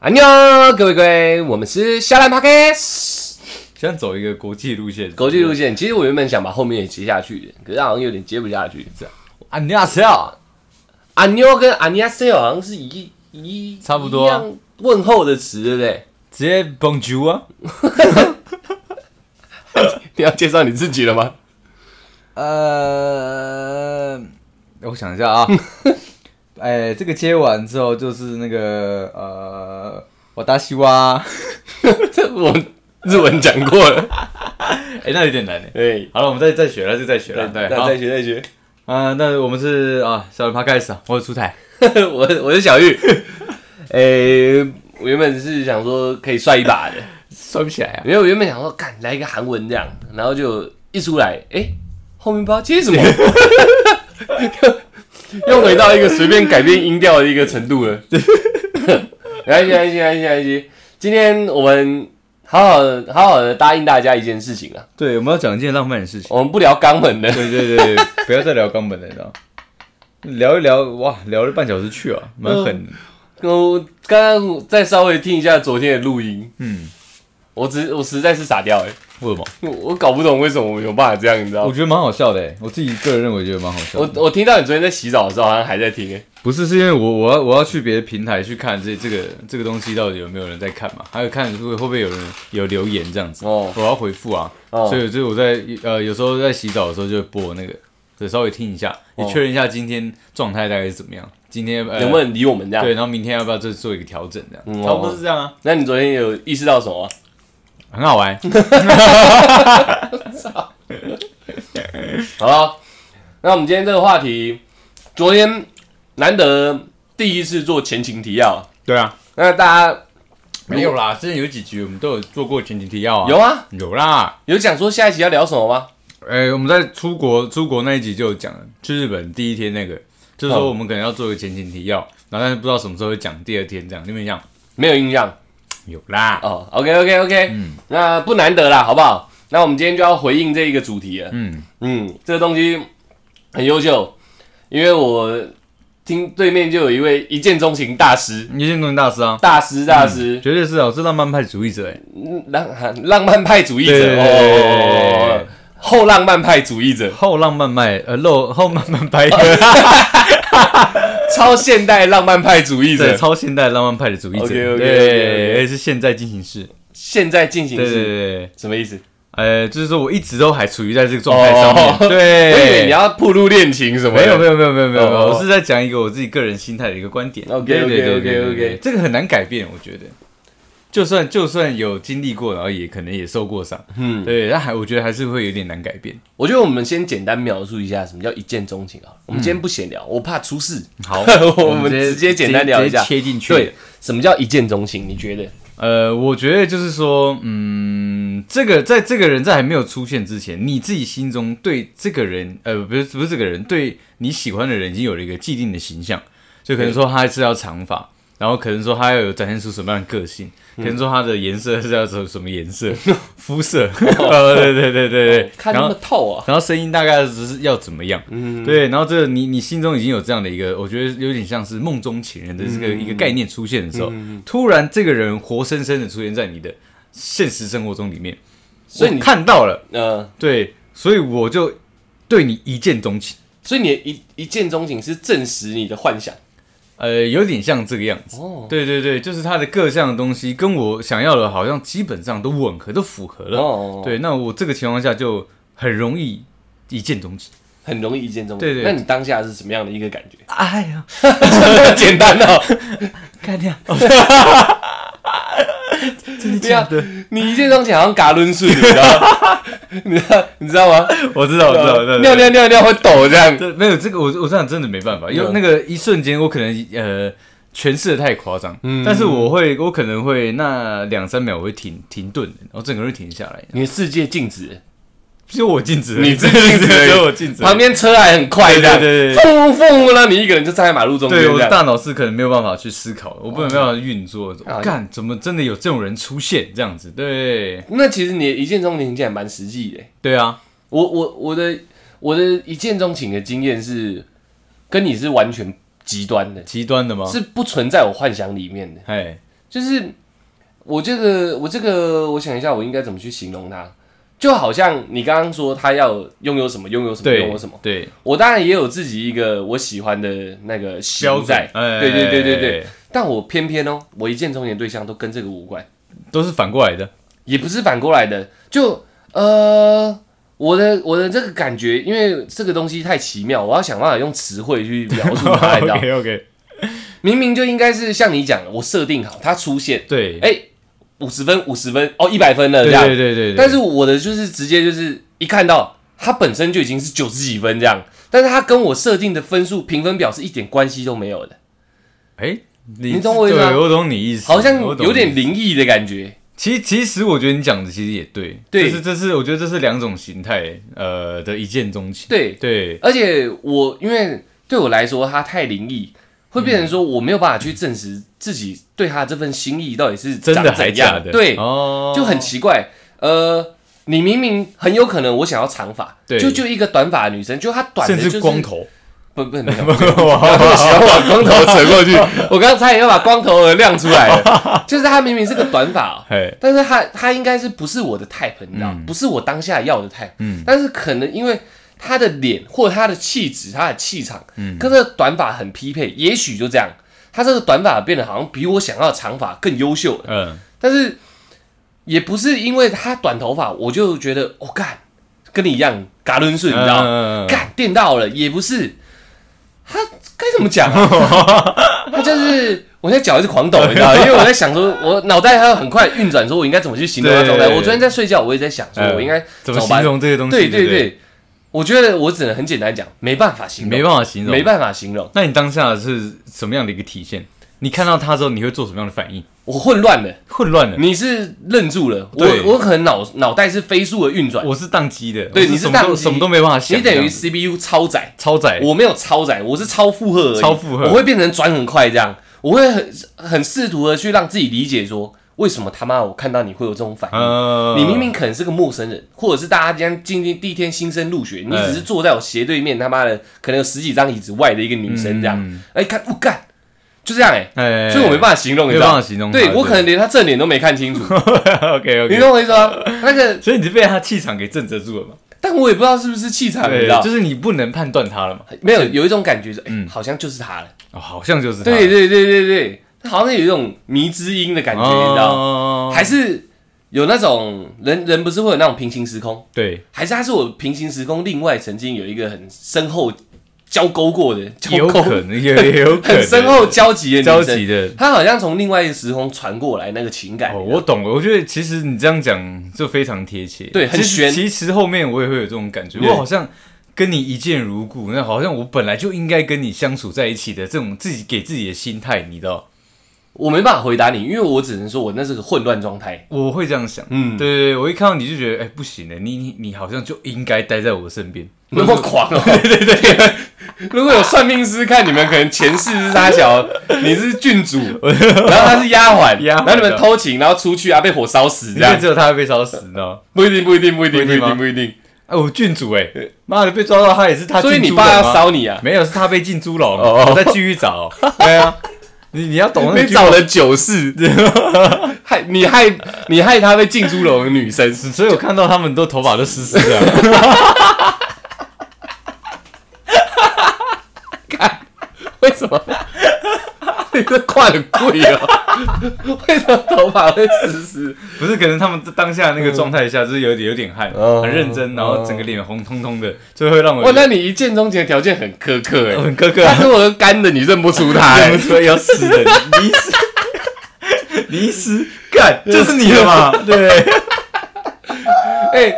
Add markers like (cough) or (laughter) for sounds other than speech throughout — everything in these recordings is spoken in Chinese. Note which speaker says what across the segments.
Speaker 1: 안녕，各位各位，我们是下烂 Podcast
Speaker 2: 想走一个国际路线，
Speaker 1: 国际路线。其实我原本想把后面也接下去的，可是好像有点接不下去。这样，
Speaker 2: 啊，你要谁啊？
Speaker 1: 안녕跟안녕하세요好像是一一
Speaker 2: 差不多啊
Speaker 1: 一样问候的词，对不对？
Speaker 2: 直接 Bonjour 啊？
Speaker 1: 你要介绍你自己了吗？ (laughs)
Speaker 2: 呃，我想一下 (laughs) 啊，哎，这个接完之后就是那个呃，我达西哇，
Speaker 1: 这我日文讲过了。
Speaker 2: 哎，那有点难哎。
Speaker 1: 哎，
Speaker 2: 好了，我们再再学了，就再学了，对，
Speaker 1: 那
Speaker 2: 好
Speaker 1: 再，学再学。 (laughs)
Speaker 2: 啊，那我们是啊，小人趴开始啊，我是出台，
Speaker 1: 我我是小玉。 (laughs) 哎、我原本是想说可以帅一把的，
Speaker 2: 算不起来啊，
Speaker 1: 因为我原本想说，干来一个韩文这样，然后就一出来，哎、后面不知道接什么，又又回到一个随便改变音调的一个程度了。 (laughs) 来，行行行行行，今天我们好好的好好的答应大家一件事情啊，
Speaker 2: 对，我们要讲一件浪漫的事情，
Speaker 1: 我们不聊肛门的，
Speaker 2: (laughs) 对对对，对不要再聊冈本了，你知道。聊一聊，哇，聊了半小时去啊，蛮狠的。
Speaker 1: 我刚刚再稍微听一下昨天的录音，
Speaker 2: 嗯，
Speaker 1: 我只我实在是傻掉哎、
Speaker 2: 为什么？
Speaker 1: 我我搞不懂为什么我有办法这样，你知道
Speaker 2: 我
Speaker 1: 吗？
Speaker 2: 觉得蛮好笑的欸，我自己个人认为觉得蛮好笑
Speaker 1: 我
Speaker 2: 的。
Speaker 1: 我听到你昨天在洗澡的时候好像还在听哎、
Speaker 2: 不是，是因为我我要我要去别的平台去看这这个这个东西到底有没有人在看嘛？还有看会会不会有人有留言这样子，
Speaker 1: 哦
Speaker 2: 我要回复啊。
Speaker 1: 哦
Speaker 2: 所以就是我在呃有时候在洗澡的时候就会播那个，对，稍微听一下，也
Speaker 1: 哦
Speaker 2: 确认一下今天状态大概是怎么样。今天呃
Speaker 1: 能不能理我们这样？
Speaker 2: 对，然后明天要不要再做一个调整这样？
Speaker 1: 啊嗯
Speaker 2: 差不多是这样啊，
Speaker 1: 那你昨天有意识到什么吗？
Speaker 2: 很好
Speaker 1: (laughs)
Speaker 2: 玩。
Speaker 1: 好了，那我们今天这个话题，昨天难得第一次做前情提要，
Speaker 2: 对啊，
Speaker 1: 那大家
Speaker 2: 没有啦，之前有几集我们都有做过前情提要啊，
Speaker 1: 有啊？
Speaker 2: 有啦。
Speaker 1: 有讲说下一集要聊什么吗？
Speaker 2: 哎、我们在出国出国那一集就有讲了，去日本第一天那个，就是说我们可能要做一个前情提要，然后但是不知道什么时候会讲第二天这样，你们讲
Speaker 1: 没有印象
Speaker 2: 有啦，
Speaker 1: 哦。OK OK OK，、那
Speaker 2: 嗯
Speaker 1: 不难得啦，好不好？那我们今天就要回应这一个主题了。
Speaker 2: 嗯，
Speaker 1: 嗯，这个东西很优秀，因为我听对面就有一位一见钟情大师，
Speaker 2: 一见钟情大师啊，
Speaker 1: 大师大师，
Speaker 2: 绝对是啊，我是浪漫派主义者哎、
Speaker 1: 嗯浪浪漫派主义
Speaker 2: 对
Speaker 1: 者
Speaker 2: 对对
Speaker 1: 哦
Speaker 2: 对对
Speaker 1: 哦，哦哦后浪漫派主义者，
Speaker 2: 后浪漫派呃露后浪漫派
Speaker 1: 超现代浪漫派主义
Speaker 2: 对
Speaker 1: 者，
Speaker 2: 超现代浪漫派的主义者，
Speaker 1: OK，OK，OK，OK
Speaker 2: 对，是现在进行式，
Speaker 1: 现在进行
Speaker 2: 对对对
Speaker 1: 式
Speaker 2: 对，
Speaker 1: 什么意思？
Speaker 2: 呃，就是说我一直都还处于在这个状态上面，
Speaker 1: 哦我以为
Speaker 2: 对，
Speaker 1: 你要步入恋情什么的？
Speaker 2: 哎没有没有没有没有没有，没有
Speaker 1: 哦
Speaker 2: 我是在讲一个我自己个人心态的一个观点。
Speaker 1: OK，
Speaker 2: 对对对
Speaker 1: OK，
Speaker 2: 对
Speaker 1: OK，
Speaker 2: 对对
Speaker 1: OK
Speaker 2: 这个很难改变，我觉得。就算就算有经历过，然后也可能也受过伤，
Speaker 1: 嗯，
Speaker 2: 对，但还我觉得还是会有点难改变。
Speaker 1: 我觉得我们先简单描述一下什么叫一见钟情啊。我们今天不闲聊，我怕出事。(laughs)
Speaker 2: 嗯好
Speaker 1: 我们直接简单聊一下
Speaker 2: 直接切进去。
Speaker 1: 对，，什么叫一见钟情？你觉得？
Speaker 2: 呃，我觉得就是说，嗯，这个在这个人在还没有出现之前，你自己心中对这个人，呃，不是不是这个人，对你喜欢的人已经有了一个既定的形象，就可能说他是要长发，然后可能说他要有展现出什么样的个性，
Speaker 1: 嗯
Speaker 2: 可能说他的颜色是要什什么颜
Speaker 1: (laughs)
Speaker 2: 色，肤色， (laughs) 呃，对对对对对，
Speaker 1: 哦看
Speaker 2: 然
Speaker 1: 那
Speaker 2: 后
Speaker 1: 么透啊？
Speaker 2: 然后声音大概是要怎么样？嗯，对，然后这个你你心中已经有这样的一个，我觉得有点像是梦中情人的这
Speaker 1: 嗯
Speaker 2: 个、一个概念出现的时候，突然这个人活生生的出现在你的现实生活中里面，
Speaker 1: 所以你
Speaker 2: 我看到了，
Speaker 1: 呃，
Speaker 2: 对，所以我就对你一见钟情，
Speaker 1: 所以你的一一见钟情是证实你的幻想
Speaker 2: 呃，有点像这个样子。
Speaker 1: 哦
Speaker 2: 对对对，就是他的各项东西跟我想要的，好像基本上都吻合，都符合了。
Speaker 1: 哦，
Speaker 2: 对，那我这个情况下就很容易一见钟情。
Speaker 1: 很容易一见钟情。
Speaker 2: 对对？
Speaker 1: 那你当下是什么样的一个感觉
Speaker 2: (laughs)
Speaker 1: (laughs)
Speaker 2: 哎呀，
Speaker 1: 简单哦，
Speaker 2: 干掉！ (laughs) 真
Speaker 1: (laughs) 对啊？，你一见钟情好像嘎抡顺，你知道吗？
Speaker 2: (laughs)
Speaker 1: 你知道你知道吗？
Speaker 2: 我知道，我知道，我知道。
Speaker 1: 尿尿尿尿会抖这样。
Speaker 2: 对，没有这个，我我这样真的没办法，因为
Speaker 1: 嗯
Speaker 2: 那个一瞬间，我可能呃诠释的太夸张，但是我会，我可能会那两三秒我会停停顿，然后整个人会停下来，
Speaker 1: 你的世界静止，
Speaker 2: 只有我静止而已，
Speaker 1: 你自己静止而已
Speaker 2: 只有我静止而已，
Speaker 1: 旁边车还很快，这样，
Speaker 2: 对对对
Speaker 1: 风风，那你一个人就站在马路中间
Speaker 2: 对我
Speaker 1: 这
Speaker 2: 的
Speaker 1: 样。
Speaker 2: 大脑是可能没有办法去思考的，我不能没办法运作。我干，怎么真的有这种人出现这样子？对
Speaker 1: 那其实你的一见钟情竟然蛮实际的。
Speaker 2: 对啊，
Speaker 1: 我我我的我的一见钟情的经验是跟你是完全极端的，
Speaker 2: 极端的吗？
Speaker 1: 是不存在我幻想里面的。
Speaker 2: 哎，
Speaker 1: 就是我这个我这个，我想一下，我应该怎么去形容它？就好像你刚刚说他要拥有什么，拥有什么，
Speaker 2: 对，
Speaker 1: 拥有什么。？
Speaker 2: 对，
Speaker 1: 我当然也有自己一个我喜欢的那个
Speaker 2: 标
Speaker 1: 型
Speaker 2: 准
Speaker 1: 在，，
Speaker 2: 哎
Speaker 1: 对对对对对，。但我偏偏哦，我一见钟情的对象都跟这个无关，
Speaker 2: 都是反过来的。
Speaker 1: 也不是反过来的。就呃，我的我的这个感觉，因为这个东西太奇妙，我要想办法用词汇去描述
Speaker 2: (laughs)
Speaker 1: 它，你知道吗？
Speaker 2: OK OK，
Speaker 1: 明明就应该是像你讲的，我设定好它出现，
Speaker 2: 对，
Speaker 1: 哎，五十分，五十分，哦，一百分了这
Speaker 2: 对
Speaker 1: 样。
Speaker 2: 对对对，
Speaker 1: 但是我的就是直接就是一看到它本身就已经是九十几分这样，但是它跟我设定的分数评分表是一点关系都没有的，
Speaker 2: 哎，你
Speaker 1: 你懂我意思吗
Speaker 2: 对，我懂你意思，
Speaker 1: 好像
Speaker 2: 我懂
Speaker 1: 有
Speaker 2: 你
Speaker 1: 点
Speaker 2: 意思。
Speaker 1: 灵异的感觉。
Speaker 2: 其实其实我觉得你讲的其实也对，
Speaker 1: 对
Speaker 2: 这是这是我觉得这是两种形态，呃的一见钟情。
Speaker 1: 对，
Speaker 2: 对
Speaker 1: 而且我因为对我来说它太灵异，会变成说我没有办法去证实自己对它这份心意到底是
Speaker 2: 真的
Speaker 1: 长
Speaker 2: 还
Speaker 1: 怎
Speaker 2: 假
Speaker 1: 样。
Speaker 2: 的？
Speaker 1: 对，
Speaker 2: 哦，
Speaker 1: 就很奇怪。呃，你明明很有可能我想要长发，
Speaker 2: 对
Speaker 1: 就就一个短发的女生，就她短的
Speaker 2: 甚
Speaker 1: 就是
Speaker 2: 至
Speaker 1: (laughs)
Speaker 2: 光，头，
Speaker 1: 不不没有，没有喜
Speaker 2: (laughs)
Speaker 1: 欢往光头扯过去， (laughs) 我刚才也要把光头儿亮出来
Speaker 2: (laughs)
Speaker 1: 了，就是她明明是个短发哦、
Speaker 2: 嘿，
Speaker 1: 但是她她应该是不是我的 type，你知道，
Speaker 2: 嗯
Speaker 1: 不是我当下要的 type，
Speaker 2: 嗯
Speaker 1: 但是可能因为。她的脸或她的气质、她的气场，
Speaker 2: 嗯
Speaker 1: 跟这个短发很匹配，也许就这样。她这个短发变得好像比我想要的长发更优秀了，
Speaker 2: 嗯，
Speaker 1: 但是也不是因为他短头发，我就觉得我干、跟你一样嘎抡顺，你知道吗？
Speaker 2: 嗯嗯嗯
Speaker 1: 干电到了，也不是他该怎么讲啊？他就是我现在脚一直狂抖，你知道吗？因为我在想说，我脑袋还要很快运转，说我应该怎么去形容他状态。
Speaker 2: 对
Speaker 1: 我昨天在睡觉，我也在想说
Speaker 2: 嗯
Speaker 1: 我应该
Speaker 2: 怎么
Speaker 1: 怎么办
Speaker 2: 形容这些东西？
Speaker 1: 对
Speaker 2: 对
Speaker 1: 对，对，我觉得我只能很简单讲，没办法形容，
Speaker 2: 没办法形容，
Speaker 1: 没办法形容，
Speaker 2: 那你当下是什么样的一个体现？你看到他之后，你会做什么样的反应？
Speaker 1: 我混乱了。
Speaker 2: 混乱的，
Speaker 1: 你是愣住了，我
Speaker 2: 对
Speaker 1: 我可能脑脑袋是飞速的运转，
Speaker 2: 我是宕机的，
Speaker 1: 对
Speaker 2: 我
Speaker 1: 你是
Speaker 2: 什么
Speaker 1: 宕
Speaker 2: 都
Speaker 1: 机
Speaker 2: 什么都没办法想，
Speaker 1: 你等
Speaker 2: 这
Speaker 1: 于
Speaker 2: 样子
Speaker 1: CPU 超载，
Speaker 2: 超载，
Speaker 1: 我没有超载，我是超负荷而已，
Speaker 2: 超负荷
Speaker 1: 我会变成转很快这样，我会很很试图的去让自己理解说，为什么他妈我看到你会有这种反应。
Speaker 2: 呃
Speaker 1: 你明明可能是个陌生人，或者是大家今天今天第一天新生入学，你只
Speaker 2: 哎
Speaker 1: 是坐在我斜对面，他妈的可能有十几张椅子外的一个女生这样，哎、看我干、就这样哎、
Speaker 2: 嗯哎，
Speaker 1: 所以我没办法形容，你知
Speaker 2: 没
Speaker 1: 道
Speaker 2: 办
Speaker 1: 吗
Speaker 2: 法形容
Speaker 1: 对
Speaker 2: 它
Speaker 1: 我
Speaker 2: 对
Speaker 1: 可能连她正脸都没看清
Speaker 2: (laughs)
Speaker 1: 楚，
Speaker 2: 法 OK
Speaker 1: 你
Speaker 2: OK，
Speaker 1: 懂我意思吗？那个，
Speaker 2: 所以你是被他气场给震慑住了嘛？
Speaker 1: 但我也不知道是不是气场，你知
Speaker 2: 对嗯
Speaker 1: 道，，
Speaker 2: 就是你不能判断他了嘛？
Speaker 1: 没有有一种感觉是，哎、好像就是他了。
Speaker 2: 哦，好像就是他
Speaker 1: 对对对对对，好像有一种迷之音的感觉，你知道吗？
Speaker 2: 哦
Speaker 1: 还是有那种人人不是会有那种平行时空，
Speaker 2: 对，
Speaker 1: 还是他是我平行时空另外曾经有一个很深厚交沟过的，交
Speaker 2: 有
Speaker 1: 沟
Speaker 2: 可能，也也有可
Speaker 1: (laughs)
Speaker 2: 能
Speaker 1: 很深厚交集的
Speaker 2: 交
Speaker 1: 女
Speaker 2: 集
Speaker 1: 生，
Speaker 2: 的。
Speaker 1: 她好像从另外一个时空传过来那个情感
Speaker 2: 哦，，我懂了。我觉得其实你这样讲就非常贴切，
Speaker 1: 对很
Speaker 2: 其实
Speaker 1: 悬
Speaker 2: 其实后面我也会有这种感觉，
Speaker 1: 对
Speaker 2: 我好像跟你一见如故，那好像我本来就应该跟你相处在一起的这种自己给自己的心态，你知道，
Speaker 1: 我没办法回答你，因为我只能说我那是个混乱状态。
Speaker 2: 我会这样想。
Speaker 1: 嗯，
Speaker 2: 对，对对，我一看到你就觉得，哎、不行了，你你你好像就应该待在我身边。
Speaker 1: 那么狂哦！ (laughs) 对对对，如果有算命师看你们，可能前世是他小，你是郡 (laughs) 主，然后他是丫鬟，
Speaker 2: 丫鬟
Speaker 1: 然后你们偷情，然后出去啊被火烧死这
Speaker 2: 因为
Speaker 1: 样
Speaker 2: 只，有他会被烧死，你知道吗？
Speaker 1: 不一定不一定不一定
Speaker 2: 不
Speaker 1: 不
Speaker 2: 一
Speaker 1: 一
Speaker 2: 定吗
Speaker 1: 定不一定，
Speaker 2: 哎、我郡主哎、妈的被抓到他也是他
Speaker 1: 所以
Speaker 2: 进
Speaker 1: 你
Speaker 2: 猪
Speaker 1: 爸
Speaker 2: 笼
Speaker 1: 要
Speaker 2: 啊，
Speaker 1: 烧你啊，
Speaker 2: 没有是他被进猪笼，
Speaker 1: 哦
Speaker 2: 我再继续找。对啊，你你要懂那个
Speaker 1: 你
Speaker 2: 剧
Speaker 1: 找了九世， (laughs) 害你害你害他被进猪笼的女生，
Speaker 2: 所以我看到他们都头发都湿湿的、
Speaker 1: (laughs) 为什么？你这跨的贵哦， (laughs) 为什么头发会湿湿？
Speaker 2: 不是，可能他们当下那个状态下就是有点有点汗，
Speaker 1: 哦
Speaker 2: 很认真，然后整个脸红彤彤的，就会让我
Speaker 1: 哇，那你一见钟情的条件很苛刻哎，
Speaker 2: 很苛刻，
Speaker 1: 他如果是干的，你认不出
Speaker 2: (laughs)
Speaker 1: 他哎
Speaker 2: 啊认不。出来要
Speaker 1: (laughs)
Speaker 2: 死人，你死，你死，干就是你了嘛，对，
Speaker 1: 哎、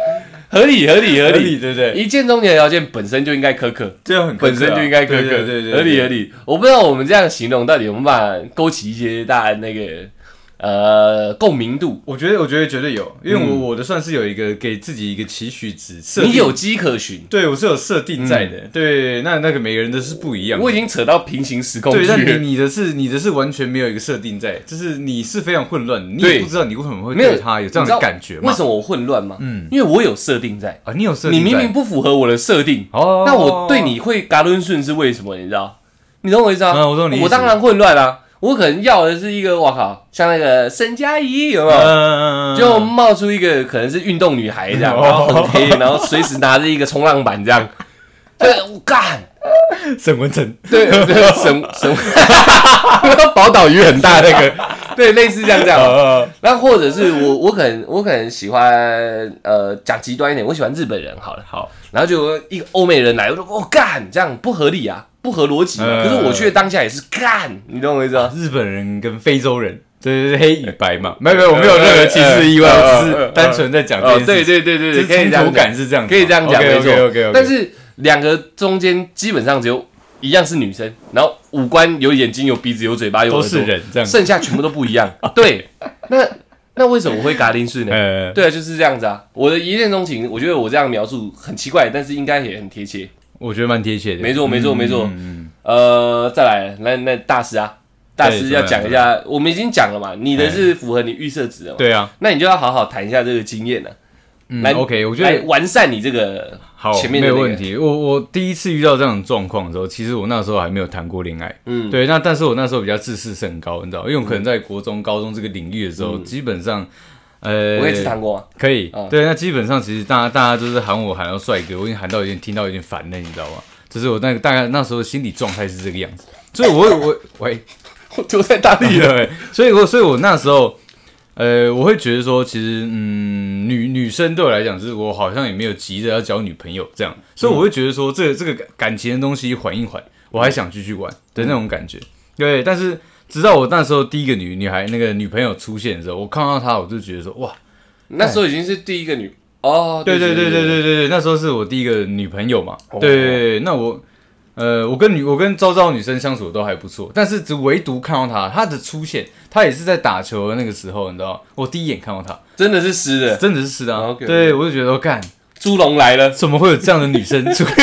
Speaker 1: 合理合理合
Speaker 2: 合
Speaker 1: 理，
Speaker 2: 理对不对？
Speaker 1: 一见钟情的条件本身就应该苛刻，
Speaker 2: 就很苛刻啊
Speaker 1: 本身就应该苛刻，
Speaker 2: 对对对对，
Speaker 1: 合理合
Speaker 2: 理，
Speaker 1: 理。我不知道我们这样形容到底有没有办法勾起一些大家那个呃共鸣度。
Speaker 2: 我觉得我觉得绝对有，因为我我的算是有一个给自己一个期许值，设定
Speaker 1: 你有迹可循，
Speaker 2: 对我是有设定在的，对，那那个每个人都是不一样的，
Speaker 1: 我已经扯到平行时空
Speaker 2: 对，
Speaker 1: 去
Speaker 2: 但
Speaker 1: 了，
Speaker 2: 你你的是你的是完全没有一个设定在，就是你是非常混乱，你也
Speaker 1: 对
Speaker 2: 不知道你为什么会
Speaker 1: 没有
Speaker 2: 对他有这样的感觉
Speaker 1: 你知道
Speaker 2: 嘛
Speaker 1: 为？什么我混乱吗？
Speaker 2: 嗯
Speaker 1: 嗯，因为我有设定在，
Speaker 2: 啊，你有设定
Speaker 1: 你
Speaker 2: 在，
Speaker 1: 明明不符合我的设定，
Speaker 2: 哦，
Speaker 1: 那我对，你会嘎抡顺是为什么？你知道？你懂我意思吗？
Speaker 2: 嗯我懂你意思
Speaker 1: 当然混乱啦、啊我可能要的是一个，我靠，像那个沈佳宜有没有？
Speaker 2: 嗯，
Speaker 1: 就冒出一个可能是运动女孩这样，
Speaker 2: 哦
Speaker 1: 然后很黑，然后随时拿着一个冲浪板这样。对，我干，
Speaker 2: 沈文成，
Speaker 1: 对对，沈
Speaker 2: (laughs)
Speaker 1: 沈，宝岛鱼很大那个，对，类似像这样。
Speaker 2: 呃，
Speaker 1: 那或者是我， (laughs) 我可能我可能喜欢，呃，讲极端一点，我喜欢日本人好了，
Speaker 2: 好，
Speaker 1: 然后就一个欧美人来，我就我干、这样不合理啊，不合逻辑嘛。
Speaker 2: 嗯
Speaker 1: 可是我去的当下也是干，你懂我意思吗？
Speaker 2: 日本人跟非洲人，对对对，黑与白嘛，没有没有，我没有任何歧视意外，我只是单纯在讲
Speaker 1: 哦
Speaker 2: 呃这，件
Speaker 1: 对
Speaker 2: 事情，
Speaker 1: 对对对对，
Speaker 2: 就是
Speaker 1: 可以这
Speaker 2: 冲
Speaker 1: 样
Speaker 2: 突
Speaker 1: 讲，
Speaker 2: 感是这样，
Speaker 1: 可以这样讲，没错。
Speaker 2: ，OK OK，
Speaker 1: 但是两个中间基本上只有一样是女生，然后五官有眼睛、有鼻子、有嘴巴、有
Speaker 2: 都
Speaker 1: 耳朵
Speaker 2: 是，人这样，
Speaker 1: 剩下全部都不一样。对，那那为什么我会嘎铃顺呢？
Speaker 2: 呃，
Speaker 1: 对啊，就是这样子啊。我的一见钟情，我觉得我这样描述很奇怪，但是应该也很贴切。
Speaker 2: 我觉得蛮贴切的，
Speaker 1: 没错，没错，没错。
Speaker 2: 嗯，
Speaker 1: 呃，再来，那那大师啊，大师
Speaker 2: 对
Speaker 1: 要
Speaker 2: 怎么样
Speaker 1: 讲一下，我们已经讲了嘛，你的是符合你预设值的嘛，
Speaker 2: 对啊，
Speaker 1: 那你就要好好谈一下这个经验了，
Speaker 2: 嗯
Speaker 1: 来
Speaker 2: ，OK，我觉
Speaker 1: 来
Speaker 2: 得
Speaker 1: 完善你这个
Speaker 2: 好，
Speaker 1: 前面
Speaker 2: 没
Speaker 1: 的那
Speaker 2: 有
Speaker 1: 个
Speaker 2: 问。题。我我第一次遇到这种状况的时候，其实我那时候还没有谈过恋爱，
Speaker 1: 嗯，
Speaker 2: 对，那但是我那时候比较自视甚高，你知道，因为我可能在国中、高中这个领域的时候，基本上，呃，
Speaker 1: 我也是谈过啊，
Speaker 2: 可以
Speaker 1: 啊，
Speaker 2: 对，那基本上其实大家大家就是喊我喊到帅哥，我已经喊到有点听到有点烦了，你知道吗？就是我那个大概那时候心理状态是这个样子，所以我 (laughs) 我喂，
Speaker 1: 我丢在大
Speaker 2: (laughs)
Speaker 1: 地了。
Speaker 2: 对，所以我所以我那时候，呃，我会觉得说，其实嗯，女女生对我来讲，就是我好像也没有急着要交女朋友这样，所以我会觉得说，这个这个感情的东西缓一缓，我还想继续玩的那种感觉。对，但是直到我那时候第一个女女孩那个女朋友出现的时候，我看到她，我就觉得说，哇，
Speaker 1: 那时候已经是第一个女哦，
Speaker 2: 对对
Speaker 1: 对
Speaker 2: 对对对对哦对，那时候是我第一个女朋友嘛。对对对对，那我呃，我跟女我跟周遭的女生相处得都还不错，但是只唯独看到她，她的出现，她也是在打球的那个时候，你知道吗，我第一眼看到 (laughs) 她，
Speaker 1: 真的是湿的，
Speaker 2: 真的是是的、啊，
Speaker 1: OK
Speaker 2: 对我就觉得，干，
Speaker 1: 猪笼来了，
Speaker 2: 怎么会有这样的女生出？ (laughs)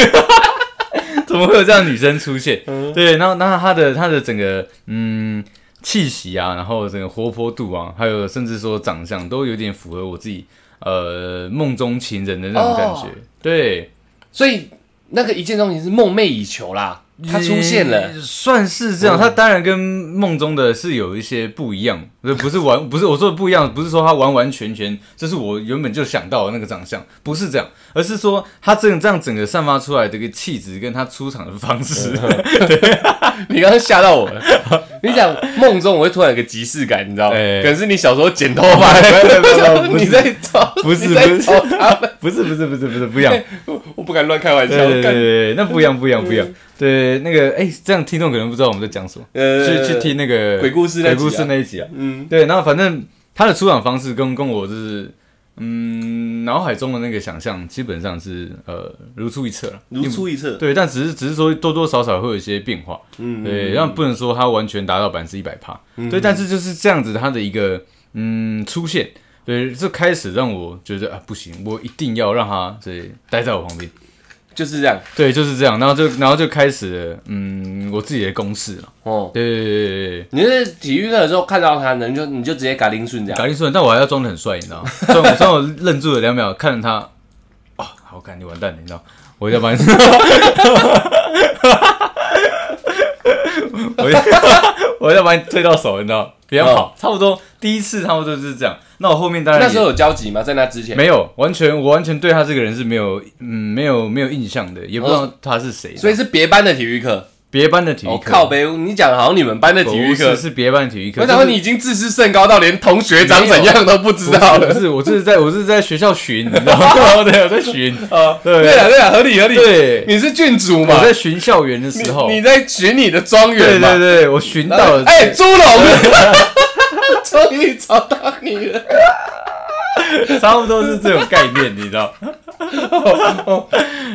Speaker 2: 怎么会有这样的女生出现？对，然后那她的她的整个嗯气息啊，然后整个活泼度啊，还有甚至说长相，都有点符合我自己呃梦中情人的那种感觉。
Speaker 1: 哦
Speaker 2: 对，
Speaker 1: 所以那个一见钟情是梦寐以求啦，它出现了，
Speaker 2: 也算是这样。
Speaker 1: 嗯
Speaker 2: 她当然跟梦中的是有一些不一样，不是不是完， (laughs) 不是我说的不一样，不是说她完完全全这是我原本就想到的那个长相，不是这样，而是说她这样这样整个散发出来的一个气质，跟她出场的方式， (laughs)
Speaker 1: 你刚刚吓到我了。 (laughs) 你讲梦中，我会突然有个即视感，你知道吗？
Speaker 2: 哎
Speaker 1: 可能是你小时候剪头
Speaker 2: (laughs)
Speaker 1: 发的时候，
Speaker 2: 没有没有没有
Speaker 1: 我想说
Speaker 2: 不
Speaker 1: (laughs)
Speaker 2: 是
Speaker 1: 你在找，
Speaker 2: 不是
Speaker 1: 你在
Speaker 2: 不是
Speaker 1: 找他们， (laughs)
Speaker 2: 不是不是不是不是不一样，
Speaker 1: 我我不敢乱开玩笑
Speaker 2: 对。对对
Speaker 1: 干嗯
Speaker 2: 对，那不一样不一样不一样，对那个哎，这样听众可能不知道我们在讲什么，去
Speaker 1: 呃
Speaker 2: 去听那个
Speaker 1: 鬼故事那
Speaker 2: 鬼
Speaker 1: 集啊
Speaker 2: 故事那一集啊，
Speaker 1: 嗯，
Speaker 2: 对，然后反正他的出场方式跟跟我就是，嗯，脑海中的那个想象基本上是呃如出一辙了，
Speaker 1: 如出一辙。
Speaker 2: 对，但只是只是说多多少少会有一些变化，
Speaker 1: 嗯，嗯
Speaker 2: 对，然后不能说他完全达到百分之一百趴，对，但是就是这样子他的一个嗯出现，对，这开始让我觉得啊不行，我一定要让他对待在我旁边，
Speaker 1: 就是这样。
Speaker 2: 对，就是这样，然后就然后就开始了嗯我自己的公式了，
Speaker 1: 哦，
Speaker 2: 对对对对对。
Speaker 1: 你是体育课的时候看到他，你就你就直接嘎铃顺这样。
Speaker 2: 打力顺，但我还要装的很帅，你知道吗？虽然我虽然我愣住了两秒，看着他，哇，好看，你完蛋了，你知道吗，我要把你，我要我要把你推到手，你知道吗，别跑，差不多第一次差不多就是这样。那我后面当然
Speaker 1: 哦
Speaker 2: 也
Speaker 1: 那时候有交集吗？在那之前
Speaker 2: 没有完全，我完全对他这个人是没有嗯没有没有印象的，也不知道他是谁，
Speaker 1: 哦所以是别班的体育课。
Speaker 2: 别班的体育
Speaker 1: 哦
Speaker 2: 课，
Speaker 1: 靠呗，你讲好像你们班的体育
Speaker 2: 不
Speaker 1: 课
Speaker 2: 是。是别班的体育课，
Speaker 1: 我想说
Speaker 2: 就是
Speaker 1: 你已经自视甚高到连同学长怎样都不知道
Speaker 2: 不
Speaker 1: 了。
Speaker 2: 是，我这是在我这是在学校巡，你知道吗？ (laughs) 对，我在巡，
Speaker 1: 啊，
Speaker 2: 对
Speaker 1: 对啊，对啊，合理合理。
Speaker 2: 对，
Speaker 1: 你是郡主嘛
Speaker 2: 我？在巡校园的时候，
Speaker 1: 你你在寻你的庄
Speaker 2: 对
Speaker 1: 园嘛？
Speaker 2: 对对，我巡
Speaker 1: 然后
Speaker 2: 到了，
Speaker 1: 哎，猪笼，终于找到你了。
Speaker 2: 差不多是这种概念，你知道？
Speaker 1: (laughs)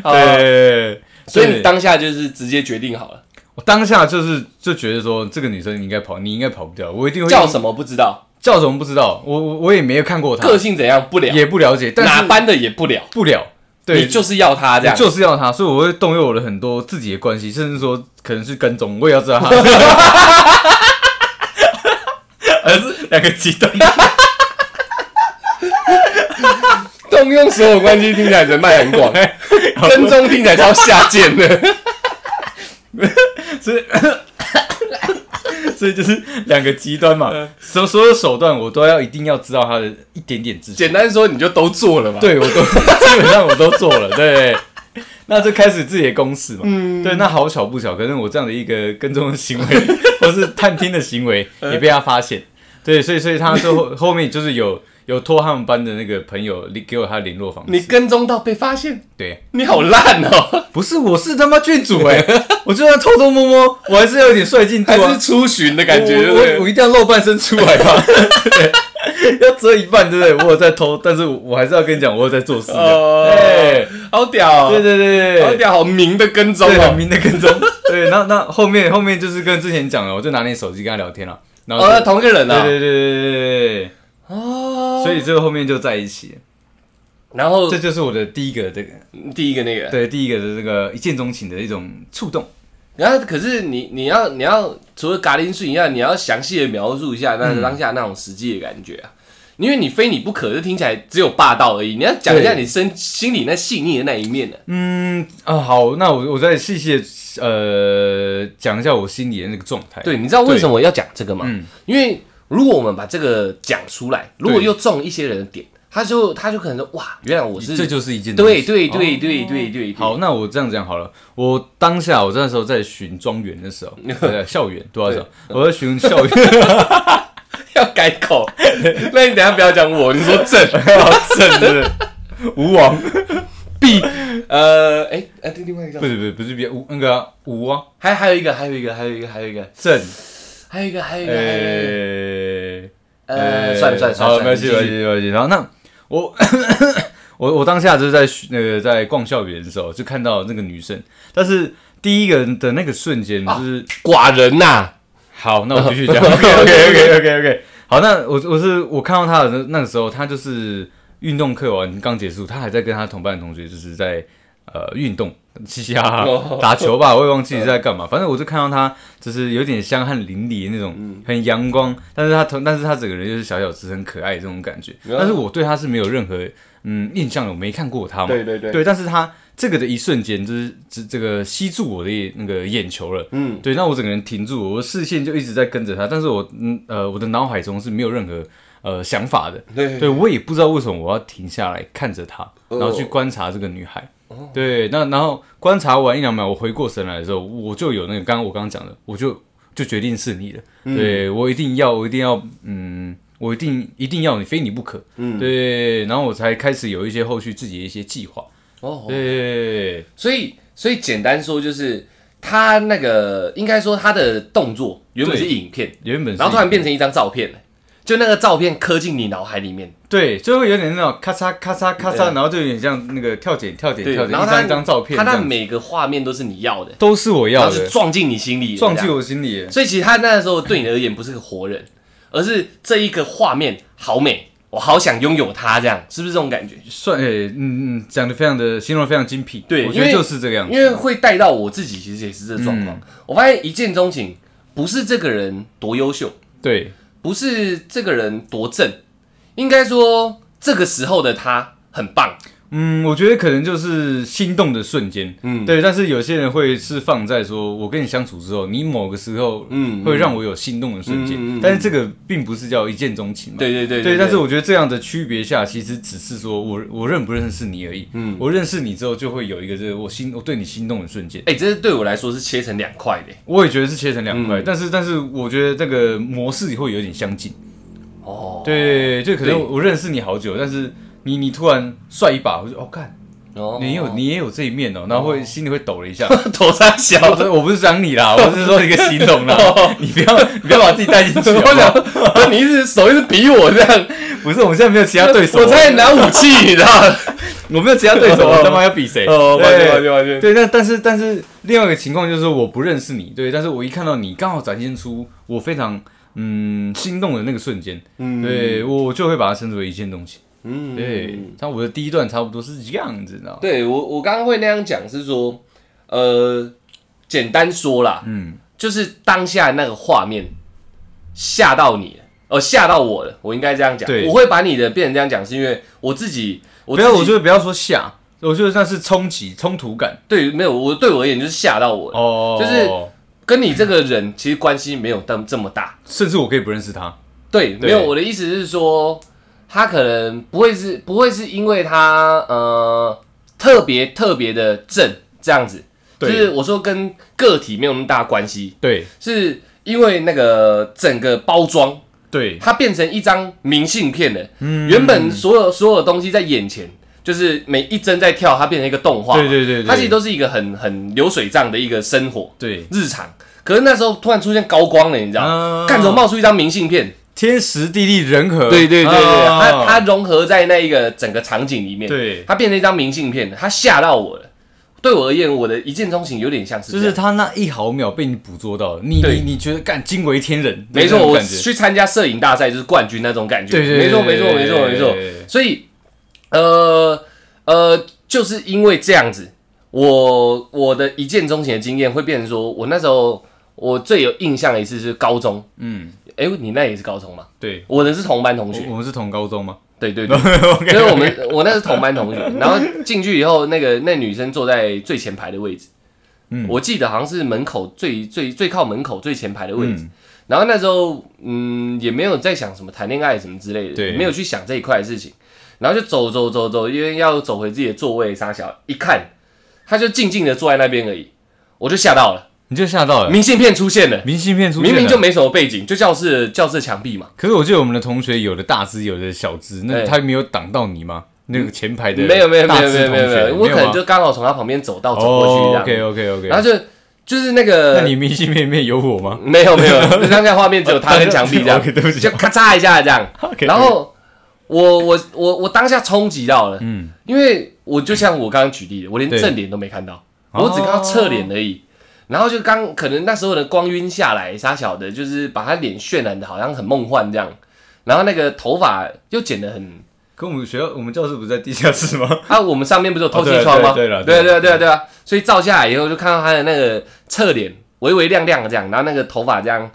Speaker 1: 好
Speaker 2: 对，对，对
Speaker 1: 所以你当下就是直接决定好了，
Speaker 2: 我当下就是就觉得说，这个女生你应该跑，你应该跑不掉，我一定会
Speaker 1: 叫什么不知道，
Speaker 2: 叫什么不知道，我我我也没有看过她，
Speaker 1: 个性怎样不了，
Speaker 2: 也不了解，但
Speaker 1: 哪
Speaker 2: 是
Speaker 1: 班的也不了，
Speaker 2: 不了，对，
Speaker 1: 你就是要他这
Speaker 2: 我
Speaker 1: 样。
Speaker 2: 就是要她，所以我会动用我的很多自己的关系，甚至说可能是跟踪，我也要知
Speaker 1: (laughs)
Speaker 2: 道她。 (laughs) 而是两个极端
Speaker 1: 动用所有关系听起来人脉很广，跟踪听起来超下贱的。
Speaker 2: 是是所以就是两个极端嘛
Speaker 1: 嗯，
Speaker 2: 所所有手段我都要一定要知道他的一点点知识，
Speaker 1: 简单说，你就都做了嘛。，
Speaker 2: 对我
Speaker 1: (laughs)
Speaker 2: 都基本上我都做了，对。那就开始自己的公式嘛，对。那好巧不巧，可能我这样的一个跟踪的行为，或是探听的行为，
Speaker 1: 嗯
Speaker 2: 也被他发现，对，所以所以他最后后面就是有有托他们班的那个朋友给我他联络方式，
Speaker 1: 你跟踪到被发现，
Speaker 2: 对，
Speaker 1: 你好烂哦，
Speaker 2: 不是，我是他妈郡主哎、
Speaker 1: (laughs)
Speaker 2: 我就算偷偷摸摸，我还是要有点帅进度
Speaker 1: 还
Speaker 2: 啊
Speaker 1: 是，出巡的感觉，对
Speaker 2: 我
Speaker 1: 不对
Speaker 2: 我我一定要露半身出来吧，对 (laughs) 要遮一半，对不对？我有在偷，但是我我还是要跟你讲，我有在做事的，
Speaker 1: 哦，
Speaker 2: 哎
Speaker 1: 好屌哦，
Speaker 2: 对对对
Speaker 1: 好
Speaker 2: 对对。
Speaker 1: 屌，好明的跟踪
Speaker 2: 对，很
Speaker 1: 哦。
Speaker 2: 明的跟踪。 (laughs) 对，那那后面后面就是跟之前讲了，我就拿你手机跟他聊天了，然后就、
Speaker 1: 哦，同一个人啊，
Speaker 2: 对对对对对对
Speaker 1: 哦
Speaker 2: 对，，所以这个后面就在一起了。
Speaker 1: 然后
Speaker 2: 这就是我的第一个这个，
Speaker 1: 第一个那个，
Speaker 2: 对第一个的这个一见钟情的一种触动。
Speaker 1: 然后可是你你要你要除了嘎铃顺以外，你要详细的描述一下那当下那种实际的感觉啊，因为你非你不可，这听起来只有霸道而已。你要讲一下
Speaker 2: 对
Speaker 1: 你身心里那细腻的那一面呢、
Speaker 2: 嗯啊，好，那我我再细细的呃讲一下我心里的那个状态。
Speaker 1: 对，你知道为什么要讲这个吗？
Speaker 2: 嗯
Speaker 1: 因为如果我们把这个讲出来，如果又中一些人的点，他就他就可能说哇，原来我是
Speaker 2: 这就是一件东
Speaker 1: 对
Speaker 2: 西
Speaker 1: 对对
Speaker 2: 哦
Speaker 1: 对对对，
Speaker 2: 好，那我这样讲好了。我当下，我那时候在寻庄园
Speaker 1: (laughs)
Speaker 2: 的时候，呃，校园多少
Speaker 1: 对
Speaker 2: 少，我在寻校
Speaker 1: (laughs)
Speaker 2: 园，
Speaker 1: 要改口。 (laughs) 那你等一下不要讲我，你说正
Speaker 2: 真的 (laughs) 吴王，
Speaker 1: 呃，哎、哎，另外一个
Speaker 2: 不
Speaker 1: 叫
Speaker 2: 是不是不是别吴那个啊吴啊
Speaker 1: 还还有一个，还有一个，还有一个，还有一个，
Speaker 2: 郑，
Speaker 1: 还有一个，还有一个，还有一个。
Speaker 2: 呃
Speaker 1: 哎呃，算了算了算
Speaker 2: 好，
Speaker 1: 了，
Speaker 2: 没关系没关系没关系。然后那我我我当下就是在那个在逛校园的时候，就看到那个女生，但是第一个人的那个瞬间
Speaker 1: 啊
Speaker 2: 就是。
Speaker 1: 寡人呐、
Speaker 2: 好，
Speaker 1: 呃
Speaker 2: 那我继续
Speaker 1: (laughs)
Speaker 2: 讲。OK OK OK OK OK。好， (laughs) 那我我是我看到他的那个时候，他就是运动课完刚结束，他还在跟他同班的同学就是在呃运动，嘻嘻哈哈
Speaker 1: 哦
Speaker 2: 打球
Speaker 1: (laughs)
Speaker 2: 吧，我也忘记是在干嘛。反正我就看到他就是有点香汗淋漓那种，
Speaker 1: 嗯
Speaker 2: 很阳光，但是他同但是他整个人就是小小只、很可爱的这种感觉。
Speaker 1: 嗯
Speaker 2: 但是我对他是没有任何嗯印象的，我没看过他嘛。
Speaker 1: 对对对
Speaker 2: 对，但是他这个的一瞬间，就是这这个吸住我的那个眼球了。
Speaker 1: 嗯，
Speaker 2: 对，那我整个人停住，我的视线就一直在跟着他，但是我嗯呃我的脑海中是没有任何呃想法的。
Speaker 1: 对
Speaker 2: 对，我也不知道为什么我要停下来看着他，
Speaker 1: 嗯哦
Speaker 2: 然后去观察这个女孩。对，那然后观察完一两秒，我回过神来的时候，我就有那个刚刚我刚刚讲的，我就就决定是你了。
Speaker 1: 嗯
Speaker 2: 对我一定要，我一定要，嗯，我一定一定要你，非你不可。嗯，对，然后我才开始有一些后续自己的一些计划。
Speaker 1: 哦，
Speaker 2: 对，
Speaker 1: 所以所以简单说就是他那个应该说他的动作原本是影片，
Speaker 2: 原本是
Speaker 1: 然后突然变成一张照片就那个照片刻进你脑海里面，
Speaker 2: 对，就会有点那种咔嚓咔嚓咔嚓，然后就有点像那个跳剪跳剪跳剪，
Speaker 1: 然后
Speaker 2: 一
Speaker 1: 他
Speaker 2: 张一张照片
Speaker 1: 他
Speaker 2: 这
Speaker 1: 那
Speaker 2: 样，
Speaker 1: 每个画面都是你要的，
Speaker 2: 都是我
Speaker 1: 然
Speaker 2: 要
Speaker 1: 后就
Speaker 2: 的，
Speaker 1: 撞进你心里，
Speaker 2: 撞进
Speaker 1: 我。
Speaker 2: 我心里。
Speaker 1: 所以其实他那时候对你而言不是个活人，而是这一个画面好美，我好想拥有它，这样是不是这种感觉？
Speaker 2: 算诶、嗯嗯，讲的非常的形容得非常精辟，
Speaker 1: 对
Speaker 2: 我觉得
Speaker 1: 因为
Speaker 2: 就是这个样子。
Speaker 1: 因为会带到我自己，其实也是这状
Speaker 2: 嗯
Speaker 1: 况。我发现一见钟情不是这个人多优秀，
Speaker 2: 对
Speaker 1: 不是这个人多正，应该说这个时候的他很棒。
Speaker 2: 嗯，我觉得可能就是心动的瞬间，
Speaker 1: 嗯
Speaker 2: 对。但是有些人会是放在说，我跟你相处之后，你某个时候，
Speaker 1: 嗯
Speaker 2: 会让我有心动的瞬间，
Speaker 1: 嗯嗯嗯
Speaker 2: 但是这个并不是叫一见钟情嘛，
Speaker 1: 对对对
Speaker 2: 对，但是我觉得这样的区别下，其实只是说我我认不认识你而已。嗯，我认识你之后，就会有一个这个我心我对你心动的瞬间。
Speaker 1: 哎、这是对我来说是切成两块的。
Speaker 2: 我也觉得是切成两
Speaker 1: 嗯
Speaker 2: 块，但是但是我觉得这个模式会有点相近。
Speaker 1: 哦，
Speaker 2: 对，就可能
Speaker 1: 对
Speaker 2: 我我认识你好久，但是你你突然帅一把，我就哦看
Speaker 1: 哦
Speaker 2: 你也有你也有这一面哦，然后会心里会抖了一下。
Speaker 1: (laughs) 头上小
Speaker 2: 我 (laughs) 不是我不是讲
Speaker 1: (laughs)
Speaker 2: 你啦，我是说一个形容啦，你不要你不要把自己带进去好
Speaker 1: 哦 (laughs) 我
Speaker 2: 不好。
Speaker 1: 想，你一直手一直比我这样，
Speaker 2: 不是，我们现在没有其他对手，哦
Speaker 1: 我哦差点拿武器，你知道 (laughs) 吗？
Speaker 2: 我没有其他对
Speaker 1: (laughs)
Speaker 2: 手，我他妈要比谁？对
Speaker 1: 抱歉。
Speaker 2: 对，但但是但是另外一个情况就是我不认识你，对，但是我一看到你，刚好展现出我非常嗯心动的那个瞬间，
Speaker 1: 嗯
Speaker 2: 对我就会把它称之为一见钟情。
Speaker 1: 嗯
Speaker 2: 对，像我的第一段差不多是这样子，你知道吗？
Speaker 1: 对我，我刚刚会那样讲是说，呃，简单说啦，嗯，就是当下那个画面吓到你了，呃，吓到我了，我应该这样讲。
Speaker 2: 对
Speaker 1: 我会把你的变成这样讲，是因为我自己，我
Speaker 2: 不要，
Speaker 1: 自己
Speaker 2: 我觉得不要说吓，我觉得那是冲击、冲突感
Speaker 1: 对没有，我对我而言就是吓到我了，
Speaker 2: 哦
Speaker 1: 就是跟你这个人其实关系没有这么这么大。
Speaker 2: 甚至我可以不认识他。
Speaker 1: 对，
Speaker 2: 对
Speaker 1: 没有我的意思是说，他可能不会是不会是因为他呃特别特别的正这样子，就
Speaker 2: 对
Speaker 1: 是我说跟个体没有那么大关系，
Speaker 2: 对
Speaker 1: 是因为那个整个包装
Speaker 2: 对
Speaker 1: 它变成一张明信片了。
Speaker 2: 嗯
Speaker 1: 原本所有所有东西在眼前，就是每一帧在跳，它变成一个动画嘛。
Speaker 2: 对对对对
Speaker 1: 它其实都是一个很很流水账的一个生活
Speaker 2: 对，
Speaker 1: 日常。可是那时候突然出现高光了，你知道，
Speaker 2: 啊
Speaker 1: 干、怎么冒出一张明信片？
Speaker 2: 天时地利人和。
Speaker 1: 对对对对，
Speaker 2: 啊
Speaker 1: 它它融合在那一个整个场景里面，
Speaker 2: 对
Speaker 1: 它变成一张明信片了，它吓到我了。对我而言，我的一见钟情有点像是这
Speaker 2: 就
Speaker 1: 样
Speaker 2: 是他那一毫秒被你捕捉到了，你
Speaker 1: 对
Speaker 2: 你你觉得干惊为天人，
Speaker 1: 没错，
Speaker 2: 那种
Speaker 1: 我
Speaker 2: 感觉
Speaker 1: 去参加摄影大赛就是冠军那种感觉。
Speaker 2: 对对对
Speaker 1: 没错，
Speaker 2: 对
Speaker 1: 没错，
Speaker 2: 对
Speaker 1: 没错，
Speaker 2: 对
Speaker 1: 没错
Speaker 2: 对对。
Speaker 1: 所以，呃呃，就是因为这样子，我我的一见钟情的经验会变成说，我那时候我最有印象的一次是高中，
Speaker 2: 嗯，
Speaker 1: 哎、你那也是高中嘛？
Speaker 2: 对，
Speaker 1: 我的是同班同
Speaker 2: 我
Speaker 1: 学，
Speaker 2: 我们是同高中吗？
Speaker 1: 对对对，
Speaker 2: OK，
Speaker 1: 因 (laughs) 为我们我那是同班同学，然后进去以后，那个那女生坐在最前排的位置，
Speaker 2: 嗯
Speaker 1: 我记得好像是门口最最最靠门口最前排的位置。
Speaker 2: 嗯
Speaker 1: 然后那时候，嗯，也没有在想什么谈恋爱什么之类的，
Speaker 2: 对
Speaker 1: 没有去想这一块的事情。然后就走走走走，因为要走回自己的座位，傻小一看，他就静静的坐在那边而已，我就吓到了。
Speaker 2: 你就吓到了，
Speaker 1: 明信片出现了，
Speaker 2: 明信呃片出现
Speaker 1: 明
Speaker 2: 了
Speaker 1: 明就，没什么背景，就教室教室墙壁嘛，
Speaker 2: 可是我记得我们的同学有的大只，有的小只，那
Speaker 1: 对嗯
Speaker 2: 他没有挡到你吗？那个前排的
Speaker 1: 没有没有没
Speaker 2: 大
Speaker 1: 有
Speaker 2: 只
Speaker 1: 没有没有
Speaker 2: 同学
Speaker 1: 没有，我可能
Speaker 2: 吗
Speaker 1: 就刚好从他旁边走到走过去这
Speaker 2: 哦
Speaker 1: 样。
Speaker 2: ，OK OK OK，
Speaker 1: 然后就就是那
Speaker 2: 那
Speaker 1: 个
Speaker 2: 你明信片里面有我吗？
Speaker 1: (laughs) 没有没
Speaker 2: (laughs)
Speaker 1: 有，那张在画面只有他跟墙壁这样
Speaker 2: OK，对不哦起，
Speaker 1: 就咔嚓一下这样。
Speaker 2: OK，
Speaker 1: 然后我我我我当下冲击到了，
Speaker 2: 嗯，
Speaker 1: 因为我就像我刚刚举例的，我连
Speaker 2: 对
Speaker 1: 正脸都没看到，
Speaker 2: 哦
Speaker 1: 我只看到侧脸而已。然后就刚可能那时候的光晕下来，傻小的，就是把他脸渲染的好像很梦幻这样。然后那个头发又剪得很
Speaker 2: 跟我们学校我们教室不是在地下室吗？
Speaker 1: 啊，我们上面不是有透
Speaker 2: 哦
Speaker 1: 气
Speaker 2: 对
Speaker 1: 窗吗？
Speaker 2: 对对了
Speaker 1: 对啊
Speaker 2: 对
Speaker 1: 对啊对啊对啊，所以照下来以后就看到他的那个侧脸微微亮亮的这样，然后那个头发这样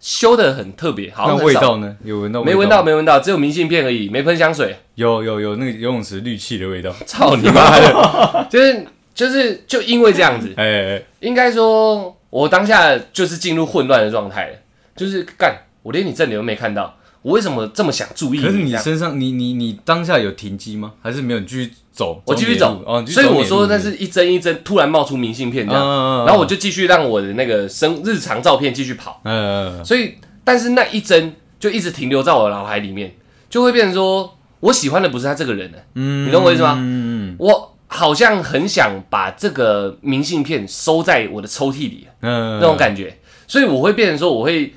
Speaker 1: 修的很特别，好
Speaker 2: (laughs) 那
Speaker 1: 像很
Speaker 2: 味
Speaker 1: 少
Speaker 2: 道呢？有闻到？
Speaker 1: 没闻到，没闻到，只有明信片而已，没喷香水，
Speaker 2: 有有有那个游泳池氯气的味道。
Speaker 1: 操你妈
Speaker 2: (laughs)
Speaker 1: 的！就是就是就因为这样子，
Speaker 2: 哎哎，哎
Speaker 1: 应该说我当下就是进入混乱的状态了，就是干，我连你正脸都没看到，我为什么这么想注意
Speaker 2: 可是
Speaker 1: 你
Speaker 2: 你
Speaker 1: 这样？
Speaker 2: 身上，你你你当下有停机吗？还是没有？你继续走，
Speaker 1: 我继续
Speaker 2: 你的路
Speaker 1: 走，
Speaker 2: 哦，你继续
Speaker 1: 所以
Speaker 2: 走
Speaker 1: 我
Speaker 2: 你的
Speaker 1: 说
Speaker 2: 路
Speaker 1: 那是啊一帧一帧突然冒出明信片这样。
Speaker 2: 嗯
Speaker 1: 然后我就继续让我的那个生日常照片继续跑，
Speaker 2: 呃，
Speaker 1: 所以但是那一帧就一直停留在我的脑海里面，就会变成说我喜欢的不是他这个人了，
Speaker 2: 嗯
Speaker 1: 你懂我意思吗
Speaker 2: 嗯嗯
Speaker 1: 我好像很想把这个明信片收在我的抽屉里啊
Speaker 2: 嗯，
Speaker 1: 那种感觉，所以我会变成说我会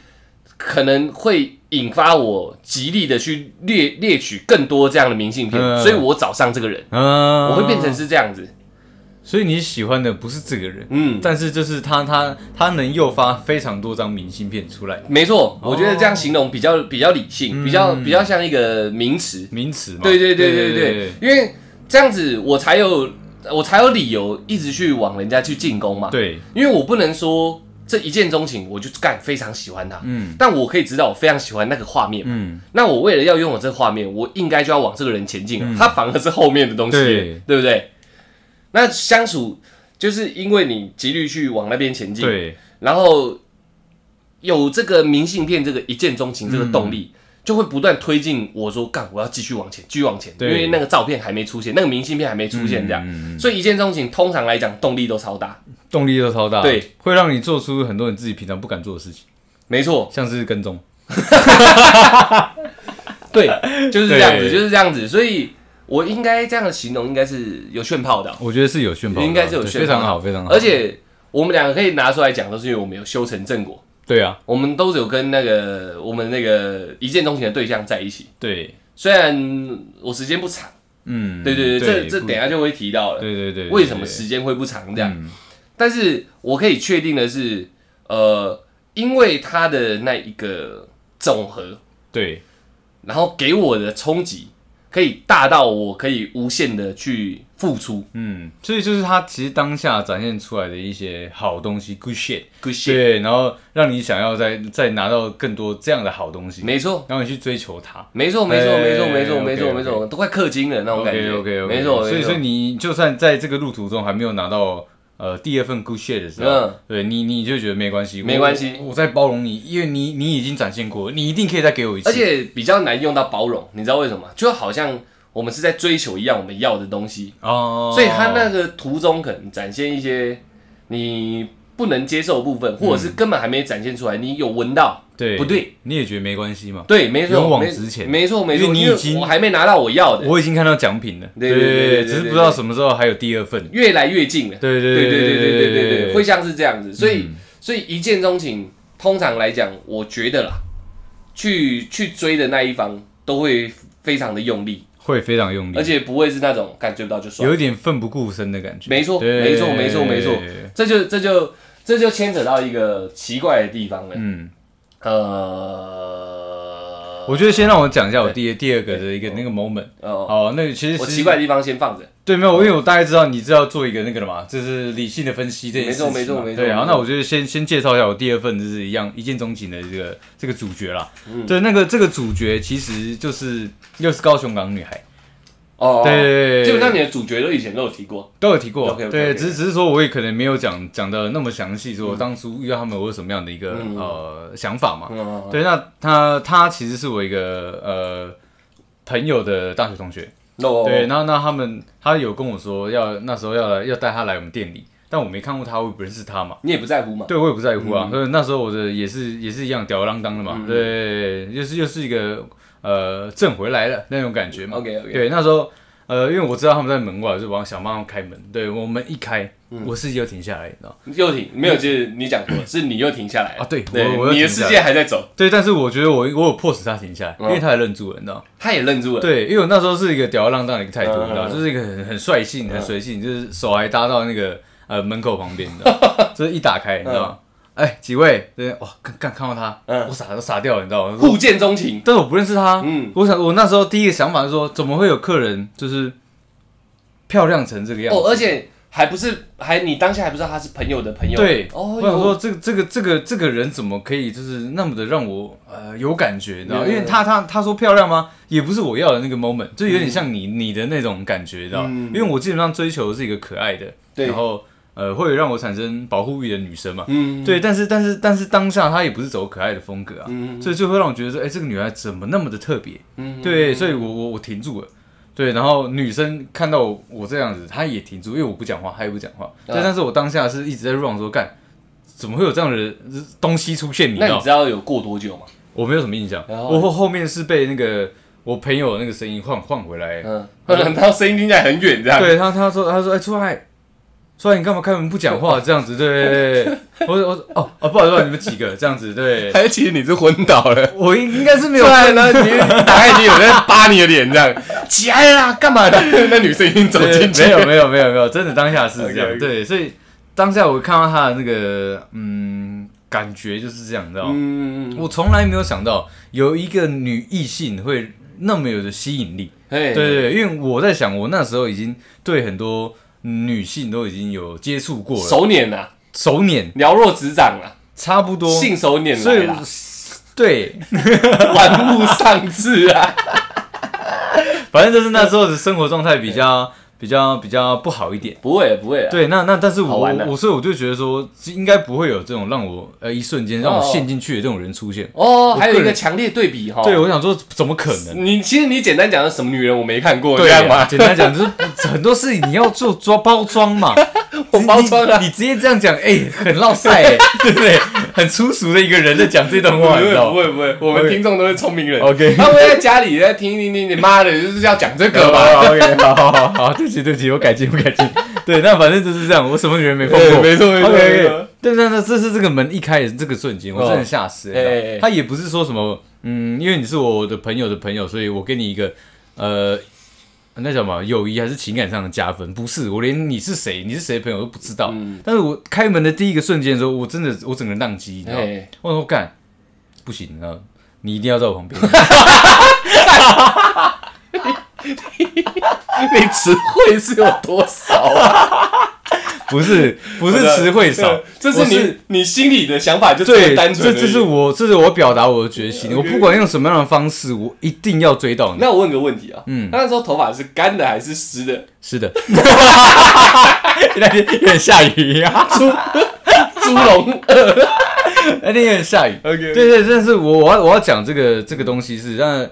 Speaker 1: 可能会引发我极力的去猎猎取更多这样的明信片，
Speaker 2: 嗯
Speaker 1: 所以我找上这个人，
Speaker 2: 嗯，
Speaker 1: 我会变成，是这样子，
Speaker 2: 所以你喜欢的不是这个人，
Speaker 1: 嗯，
Speaker 2: 但是就是他他他能诱发非常多张明信片出来，
Speaker 1: 没错，我觉得这样形容比较比较理性，
Speaker 2: 嗯
Speaker 1: 比较比较像一个名词，
Speaker 2: 名词嘛，
Speaker 1: 对对对对
Speaker 2: 对对
Speaker 1: 对，，因为这样子我才有我才有理由一直去往人家去进攻嘛。，
Speaker 2: 对，
Speaker 1: 因为我不能说这一见钟情我就干非常喜欢他，
Speaker 2: 嗯
Speaker 1: 但我可以知道我非常喜欢那个画面嘛。
Speaker 2: 嗯，
Speaker 1: 那我为了要拥有这个画面，我应该就要往这个人前进了，啊他反而是后面的东西，
Speaker 2: 嗯
Speaker 1: 啊
Speaker 2: 对
Speaker 1: 对不对？那相处就是因为你极力去往那边前进，
Speaker 2: 对，
Speaker 1: 然后有这个明信片这个一见钟情这个动力，
Speaker 2: 嗯
Speaker 1: 就会不断推进我说干，我要继续往前，继续往前，因
Speaker 2: 对
Speaker 1: 为那个照片还没出现，那个明信片还没出现，这样，
Speaker 2: 嗯，嗯嗯
Speaker 1: 所以一见钟情通常来讲动力都超大，
Speaker 2: 动力都超大，
Speaker 1: 对，
Speaker 2: 会让你做出很多你自己平常不敢做的事情，
Speaker 1: 没
Speaker 2: (laughs)
Speaker 1: 错，
Speaker 2: 像是跟踪，
Speaker 1: 对，就是这样子，
Speaker 2: 对
Speaker 1: 就是这样子，所以我应该这样的形容应该是有炫炮的哦、
Speaker 2: 我觉得是有炫跑的，啊
Speaker 1: 应该是有
Speaker 2: 对
Speaker 1: 炫
Speaker 2: 非
Speaker 1: 炮的
Speaker 2: 常好，非常好，
Speaker 1: 而且我们两个可以拿出来讲，都是因为我们有修成正果，
Speaker 2: 对啊，
Speaker 1: 我们都是有跟那个我们那个一见钟情的对象在一起，
Speaker 2: 对，
Speaker 1: 虽然我时间不长。
Speaker 2: 嗯，
Speaker 1: 对对对，这这
Speaker 2: 不
Speaker 1: 等一下就会提到了，
Speaker 2: 对对对，对
Speaker 1: 为什么
Speaker 2: 对
Speaker 1: 时间会不长这样？
Speaker 2: 嗯
Speaker 1: 但是我可以确定的是，呃，因为它的那一个总和，
Speaker 2: 对，
Speaker 1: 然后给我的冲击可以大到我可以无限的去付出
Speaker 2: 嗯，所以就是他其实当下展现出来的一些好东西，good shit，
Speaker 1: ，good shit，
Speaker 2: 对，然后让你想要再再拿到更多这样的好东西，
Speaker 1: 没错。
Speaker 2: 然后你去追求它。
Speaker 1: 没错，没错，
Speaker 2: 哎
Speaker 1: 没错，没错，
Speaker 2: OK，
Speaker 1: 没错，
Speaker 2: OK
Speaker 1: 没错，都快氪金了那种感觉。
Speaker 2: OK OK OK，
Speaker 1: 没错，
Speaker 2: 所以
Speaker 1: 没错
Speaker 2: 说你就算在这个路途中还没有拿到呃第二份 good shit 的时候，
Speaker 1: 嗯
Speaker 2: 对你你就觉得没关系，我
Speaker 1: 没关系
Speaker 2: 我在包容你，因为你你已经展现过，你一定可以再给我一次。
Speaker 1: 而且比较难用到包容，你知道为什么吗？就好像我们是在追求一样我们要的东西，
Speaker 2: 哦，
Speaker 1: 所以他那个途中可能展现一些你不能接受的部分，或者是
Speaker 2: 嗯
Speaker 1: 根本还没展现出来，你有闻到。
Speaker 2: 对
Speaker 1: 不对，
Speaker 2: 你也觉得没关系嘛？
Speaker 1: 对，没错，
Speaker 2: 勇往
Speaker 1: 没
Speaker 2: 直前
Speaker 1: 没错，没
Speaker 2: 因
Speaker 1: 错，
Speaker 2: 为你
Speaker 1: 因为
Speaker 2: 已经
Speaker 1: 我还没拿到我要的，
Speaker 2: 我已经看到奖品了，
Speaker 1: 对对对对对
Speaker 2: 只是不知道什么时候还有第二份。
Speaker 1: 越来越近了。
Speaker 2: 对对
Speaker 1: 对
Speaker 2: 对
Speaker 1: 对对对对对对，
Speaker 2: 对，
Speaker 1: 会像是这样子，所以、
Speaker 2: 嗯
Speaker 1: 所以一见钟情，通常来讲，我觉得啦，去去追的那一方都会非常的用力，
Speaker 2: 会非常用力，
Speaker 1: 而且不会是那种感觉不到就算
Speaker 2: 有
Speaker 1: 了，
Speaker 2: 一点奋不顾身的感觉。
Speaker 1: 没错
Speaker 2: 对
Speaker 1: 没错没错没错这就这就这就牵扯到一个奇怪的地方了，
Speaker 2: 嗯，
Speaker 1: 呃，
Speaker 2: 我觉得先让我讲一下我第第二个的一个那个 moment。
Speaker 1: 哦，
Speaker 2: 哦，那个其实
Speaker 1: 我
Speaker 2: 其实
Speaker 1: 奇怪的地方先放着，
Speaker 2: 对，没有，因为我大概知道你知道做一个那个了嘛，就是理性的分析这件事情嘛。
Speaker 1: 没错没错没错
Speaker 2: 对，然后
Speaker 1: 没错
Speaker 2: 那我就先先介绍一下我第二份就是一样一见钟情的这个这个主角啦。
Speaker 1: 嗯
Speaker 2: 对，那个这个主角其实就是又是高雄港女孩。
Speaker 1: 哦，
Speaker 2: 对对对
Speaker 1: 基本上你的主角都以前都有提过，
Speaker 2: 都有提过
Speaker 1: OK，OK，OK
Speaker 2: 对，只是只是说我也可能没有讲讲的那么详细，说当初遇到他们我有什么样的一个、
Speaker 1: 嗯
Speaker 2: 呃想法嘛。
Speaker 1: 嗯，
Speaker 2: 对，那他他其实是我一个呃朋友的大学同学，对，
Speaker 1: 对，
Speaker 2: 那那他们他有跟我说要那时候要来要带他来我们店里，但我没看过他，我也不认识他嘛。
Speaker 1: 你也不在乎嘛，
Speaker 2: 对我也不在乎啊，所以那时候我的也是也是一样吊儿郎当的嘛，对，又是又是一个呃挣回来了那种感觉嘛。
Speaker 1: OK，OK
Speaker 2: 对，那时候呃，因为我知道他们在门外，我就往想帮他们开门。对我们一开，我自己又停下来，你知道吗？
Speaker 1: 又停，没有，就是你讲
Speaker 2: (coughs)
Speaker 1: 错了，是你又停下来了
Speaker 2: 啊对
Speaker 1: 对
Speaker 2: 我我，又
Speaker 1: 你的
Speaker 2: 停
Speaker 1: 世
Speaker 2: 下来
Speaker 1: 界还在走，
Speaker 2: 对，但是我觉得我我有迫使他停下来，因为
Speaker 1: 嗯
Speaker 2: 他也愣住了，你知道吗？
Speaker 1: 他也愣住了，
Speaker 2: (laughs) 对，因为我那时候是一个吊儿郎当的一个态度，
Speaker 1: 嗯
Speaker 2: 你知道吗，
Speaker 1: 嗯
Speaker 2: 就是一个很很率性、很随性，就是手还搭到那个呃门口旁边，你知道
Speaker 1: (laughs)
Speaker 2: 吗，就是一打开，你知道吗？哎，几位？对，哇，看看看到他，
Speaker 1: 嗯
Speaker 2: 我傻都傻掉了，你知道吗？我说
Speaker 1: 互见钟情，
Speaker 2: 但是我不认识他。
Speaker 1: 嗯
Speaker 2: 我想我那时候第一个想法是说，怎么会有客人就是漂亮成这个样子？
Speaker 1: 哦，而且还不是还你当下还不知道他是朋友的朋友，
Speaker 2: 对，
Speaker 1: 哦，
Speaker 2: 我想
Speaker 1: 哟
Speaker 2: 说，这个这个这个这个人怎么可以就是那么的让我呃有感觉，你知道吗？
Speaker 1: 嗯
Speaker 2: 因为他他他说漂亮吗？也不是我要的那个 moment，就有点像你、你的那种感觉，你知道吗？
Speaker 1: 嗯
Speaker 2: 因为我基本上追求的是一个可爱的，
Speaker 1: 对
Speaker 2: 然后呃会有让我产生保护欲的女生嘛。
Speaker 1: 嗯，
Speaker 2: 对，但是但是但是当下她也不是走可爱的风格啊，
Speaker 1: 嗯
Speaker 2: 所以就会让我觉得说，哎、这个女孩怎么那么的特别？
Speaker 1: 嗯，
Speaker 2: 对，所以我我我停住了。对，然后女生看到我我这样子，她也停住，因为我不讲话，她也不讲话。对，
Speaker 1: 嗯
Speaker 2: 但是我当下是一直在 run 说，干，怎么会有这样的东西出现？你知
Speaker 1: 那你
Speaker 2: 道
Speaker 1: 知，道有过多久吗？
Speaker 2: 我没有什么印象。
Speaker 1: 然后
Speaker 2: 我后后面是被那个我朋友那个声音换换回来。
Speaker 1: 嗯， (laughs) 然后声音听起来很远，这样，
Speaker 2: 对他，他说他说，哎、出来，出来，你干嘛开门不讲话？这样子，对对对 (laughs) 对。我说我说哦哦，不好意思不好意思，你们几个这样子，对。
Speaker 1: 还是其实你是昏倒了。
Speaker 2: (laughs) 我应应该是没有
Speaker 1: 出来了，你打开你有在扒你的脸这样，起来啦，干嘛的？那女生已经走进去，
Speaker 2: 没有没有没有没有，真的当下是这
Speaker 1: OK，OK
Speaker 2: 样。对，所以当下我看到他的那个嗯感觉就是这样，你知道吗？
Speaker 1: 嗯，
Speaker 2: 我从来没有想到有一个女异性会那么有的吸引力。
Speaker 1: 对
Speaker 2: 对对，对因为我在想，我那时候已经对很多女性都已经有接触过了，
Speaker 1: 手捻啊，
Speaker 2: 手捻
Speaker 1: 了若指掌啊，
Speaker 2: 差不多，
Speaker 1: 信手拈
Speaker 2: 所
Speaker 1: 来
Speaker 2: 以
Speaker 1: 啦，
Speaker 2: 对，
Speaker 1: 玩物丧志啊，
Speaker 2: 反正就是那时候的生活状态
Speaker 1: (laughs)
Speaker 2: 比较比较比较不好一点。
Speaker 1: 不会不会啊，
Speaker 2: 对，那那但是
Speaker 1: 好
Speaker 2: 我
Speaker 1: 玩的
Speaker 2: 我所以我就觉得说，应该不会有这种让我呃一瞬间让我陷进去的这种人出现。
Speaker 1: 哦，
Speaker 2: 我
Speaker 1: 还有一
Speaker 2: 个
Speaker 1: 个
Speaker 2: 人
Speaker 1: 强烈对比哈，
Speaker 2: 对，我想说怎么可能？
Speaker 1: 你其实你简单讲的什么女人我没看过，
Speaker 2: 对
Speaker 1: 这样
Speaker 2: 啊，
Speaker 1: 吗？
Speaker 2: 简单讲就是 (laughs) 很多事情你要做装包装嘛，
Speaker 1: 我 (laughs) 包装啊了
Speaker 2: 你，你直接这样讲，哎、很落塞、
Speaker 1: (laughs)
Speaker 2: 欸，对不对？很粗俗的一个人在讲这段
Speaker 1: 不
Speaker 2: 话，你
Speaker 1: 会
Speaker 2: 知道
Speaker 1: 不
Speaker 2: 吗
Speaker 1: 会不会，我们
Speaker 2: OK
Speaker 1: 听众都是聪明人。
Speaker 2: ？OK，
Speaker 1: 他们在家里在听听听，你妈的，就是要讲这个吧？
Speaker 2: 哦
Speaker 1: (laughs)
Speaker 2: ？OK，好好好好，对不起对不起，我改进我改进。 (laughs) 对，那反正就是这样，我什么女人没碰
Speaker 1: 对，。
Speaker 2: 过
Speaker 1: 没错没错
Speaker 2: OK，,
Speaker 1: 没
Speaker 2: o
Speaker 1: 错
Speaker 2: k。但但但这是这个门一开的这个瞬间，我真的吓死了。
Speaker 1: 哦
Speaker 2: 你知道
Speaker 1: 哎哎哎
Speaker 2: 他也不是说什么，嗯，因为你是我的朋友的朋友，所以我给你一个呃，那叫什么友谊还是情感上的加分？不是，我连你是谁，你是谁的朋友都不知道。
Speaker 1: 嗯
Speaker 2: 但是我开门的第一个瞬间的时候，我真的我整个人宕机，你知道吗？
Speaker 1: 哎，
Speaker 2: 我说干，不行，你知道吗，你一定要在我旁边。
Speaker 1: 你词汇是有多少啊？
Speaker 2: 不是
Speaker 1: (laughs)
Speaker 2: 不是词汇少，
Speaker 1: 这
Speaker 2: 我
Speaker 1: 是你你心里的想法，就 (laughs) 这
Speaker 2: 对，
Speaker 1: 么单
Speaker 2: 这
Speaker 1: 纯。
Speaker 2: 这是。我这是我表达我的决心，我不管用什么样的方式，我一定要追到你。
Speaker 1: 那我问个问题啊，
Speaker 2: 嗯
Speaker 1: 嗯，他那时候头发是干的还是湿
Speaker 2: (laughs)
Speaker 1: 的？(laughs)
Speaker 2: 是的，那天有点下雨啊，
Speaker 1: 猪
Speaker 2: (laughs)
Speaker 1: 笼。
Speaker 2: 那天有点下雨。
Speaker 1: OK，
Speaker 2: 对对，但是我我要我要讲这个这个东西是，但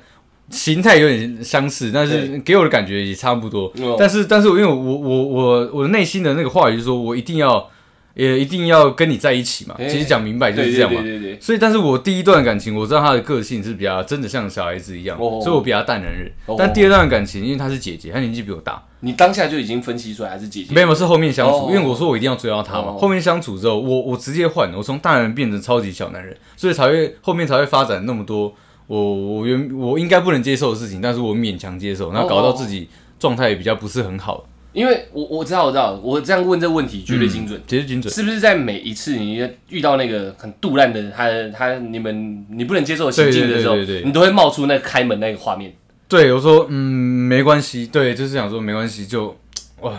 Speaker 2: 形态有点相似，但是
Speaker 1: 对
Speaker 2: 给我的感觉也差不多
Speaker 1: 哦。
Speaker 2: 但是但是我因为我我我我内心的那个话语就是说我一定要也一定要跟你在一起嘛，
Speaker 1: 哎
Speaker 2: 其实讲明白就是这样嘛
Speaker 1: 对。对对对
Speaker 2: 所以，但是我第一段感情，我知道他的个性是比较真的像小孩子一样，
Speaker 1: 哦
Speaker 2: 所以我比较淡然忍。
Speaker 1: 哦
Speaker 2: 但第二段感情，因为她是姐姐，她年纪比我大，
Speaker 1: 你当下就已经分析出来还是姐姐？
Speaker 2: 没有是后面相处，
Speaker 1: 哦
Speaker 2: 因为我说我一定要追到她嘛。
Speaker 1: 哦
Speaker 2: 后面相处之后，我我直接换，我从大人变成超级小男人，所以才会后面才会发展那么多我我原我应该不能接受的事情，但是我勉强接受，然后搞
Speaker 1: 哦
Speaker 2: 到自己状态也比较不是很好，
Speaker 1: 因为我我知道我知道，我这样问这问题
Speaker 2: 嗯
Speaker 1: 绝对精准。
Speaker 2: 其实精准。
Speaker 1: 是不是在每一次你遇到那个很杜烂的他他你们你不能接受的行径的时候，
Speaker 2: 对对对对对
Speaker 1: 你都会冒出那个开门那个画面？
Speaker 2: 对，我说嗯没关系，对，就是想说没关系，就哇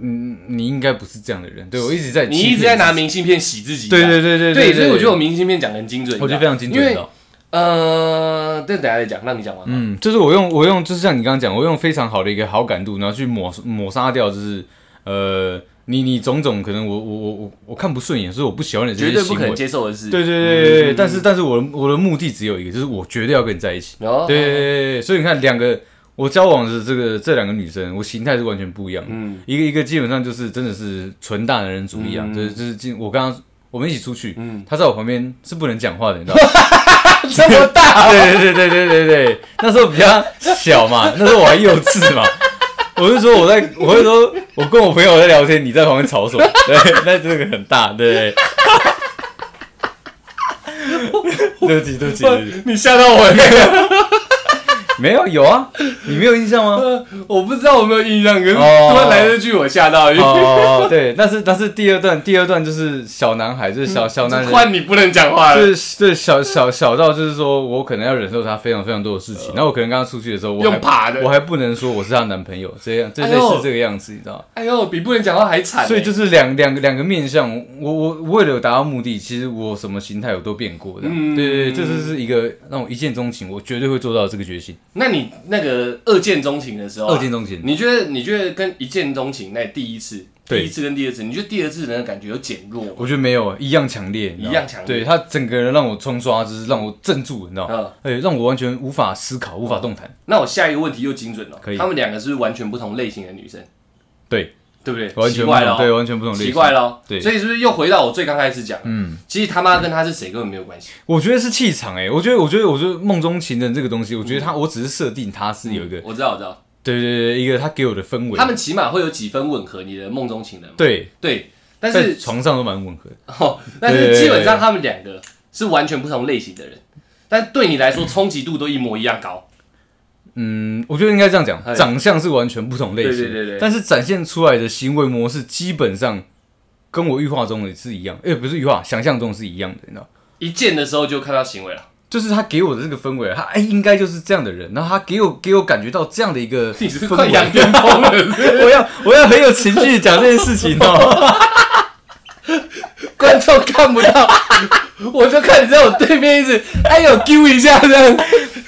Speaker 2: 嗯你应该不是这样的人，对我一直在
Speaker 1: 你
Speaker 2: 欺
Speaker 1: 一直
Speaker 2: 骗
Speaker 1: 在
Speaker 2: 自己
Speaker 1: 拿明信片洗自己。
Speaker 2: 对对对对
Speaker 1: 对，所以我觉得我明信片讲的很精准，
Speaker 2: 我觉得非常精
Speaker 1: 因
Speaker 2: 准啊
Speaker 1: 为
Speaker 2: 的。
Speaker 1: 呃，这等一下再讲，让你讲完。嗯，
Speaker 2: 嗯，就是我用我用，就是像你刚刚讲，我用非常好的一个好感度，然后去抹抹杀掉，就是呃，你你种种可能我我我我我看不顺眼，所以我不喜欢你这
Speaker 1: 绝
Speaker 2: 些
Speaker 1: 对不
Speaker 2: 行
Speaker 1: 可
Speaker 2: 为。
Speaker 1: 能接嗯受的事。
Speaker 2: 对对对对对，但是但是我的我的目的只有一个，就是我绝对要跟你在一起。
Speaker 1: 然后
Speaker 2: 对对，对
Speaker 1: 哦
Speaker 2: 对，所以你看两个我交往的这个这两个女生，我形态是完全不一样的。
Speaker 1: 嗯
Speaker 2: 一个一个基本上就是真的是纯大男人主义啊，就是就是进我刚刚我们一起出去，
Speaker 1: 嗯，
Speaker 2: 她在我旁边是不能讲话的，你知道吗？
Speaker 1: 这么 (laughs) 大，
Speaker 2: 对对对对对对对，那时候比较
Speaker 1: (laughs)
Speaker 2: 小嘛，那时候我还幼稚嘛。我是说我在，我会说，我跟我朋友在聊天，你在旁边吵什么？对， (laughs) 那这个很大，
Speaker 1: (laughs)
Speaker 2: 对不对？对不起，对不起，对不起
Speaker 1: 你吓到我了。
Speaker 2: 没有有啊，你没有印象吗？
Speaker 1: 我不知道我有没有印象，可是突
Speaker 2: 哦
Speaker 1: 然来这句我吓到，因为 (laughs)
Speaker 2: (laughs) 哦，对，但是但是第二段，第二段就是小男孩，就是
Speaker 1: 嗯
Speaker 2: 小小男人，
Speaker 1: 换你不能讲话了，
Speaker 2: 就是对小小小到就是说我可能要忍受他非常非常多的事情，然后我可能跟他出去的时候，我还
Speaker 1: 呃用爬的
Speaker 2: 我还不能说我是她男朋友，这样这
Speaker 1: 哎
Speaker 2: 类
Speaker 1: 呦
Speaker 2: 似这个样子，你知道吗？
Speaker 1: 哎呦，比不能讲话还惨欸。
Speaker 2: 所以就是两两个两个面向，我我我为了达到目的，其实我什么形态我都变过的，
Speaker 1: 嗯
Speaker 2: 对对对，这就是一个让我一见钟情，我绝对会做到这个决心，
Speaker 1: 那你那个二见钟情的时候啊，
Speaker 2: 二见钟情。
Speaker 1: 你觉得你觉得跟一见钟情那第一次，
Speaker 2: 对
Speaker 1: 第一次跟第二次，你觉得第二次的感觉有减弱吗？
Speaker 2: 我觉得没有一样强烈，你知道吗
Speaker 1: 一样强烈
Speaker 2: 对他整个人让我冲刷，就是让我镇住，你知道吗？
Speaker 1: 嗯，
Speaker 2: 哎、让我完全无法思考，无法动弹。
Speaker 1: 那我下一个问题又精准了，
Speaker 2: 可以
Speaker 1: 他们两个是不是完全不同类型的女生，
Speaker 2: 对，
Speaker 1: 对不对？
Speaker 2: 完全
Speaker 1: 奇
Speaker 2: 不
Speaker 1: 怪了
Speaker 2: 同，对，
Speaker 1: 哦，
Speaker 2: 完全不同类型。
Speaker 1: 奇怪了哦，
Speaker 2: 对
Speaker 1: 所以是不是又回到我最刚开始讲，
Speaker 2: 嗯
Speaker 1: 嗯，其实他妈跟他是谁根本没有关系，
Speaker 2: 我觉得是气场哎、我觉得，我觉得，我觉得梦中情人这个东西，我觉得他，我只是设定他是有一个，
Speaker 1: 我知道我知道，
Speaker 2: 对对对，一个他给我的氛围，
Speaker 1: 嗯他们起码会有几分吻合你的梦中情人嘛，
Speaker 2: 对，
Speaker 1: 对，但
Speaker 2: 在
Speaker 1: 是
Speaker 2: 床上都蛮吻合的。
Speaker 1: (laughs) 哦，但
Speaker 2: 对
Speaker 1: 是基本上他们两个是完全不同类型的人，但对你来说冲击度都一模一样高，
Speaker 2: 嗯，我觉得应该这样讲，
Speaker 1: 哎
Speaker 2: 长相是完全不同类型，
Speaker 1: 对对对对
Speaker 2: 但是展现出来的行为模式基本上跟我预化中也是一样，哎、不是预化，想象中是一样的，你知道。
Speaker 1: 一见的时候就看到行为了。
Speaker 2: 就是他给我的这个氛围，他哎应该就是这样的人，然后他给我给我感觉到这样的一
Speaker 1: (laughs)
Speaker 2: 个
Speaker 1: 你是
Speaker 2: 氛
Speaker 1: 快
Speaker 2: 围，
Speaker 1: 羊癫疯了是不是，
Speaker 2: (laughs) 我要我要很有情绪地讲这件事情哦，
Speaker 1: (laughs) 观众看不到，我就看你在我对面一直，哎呦丢一下这样，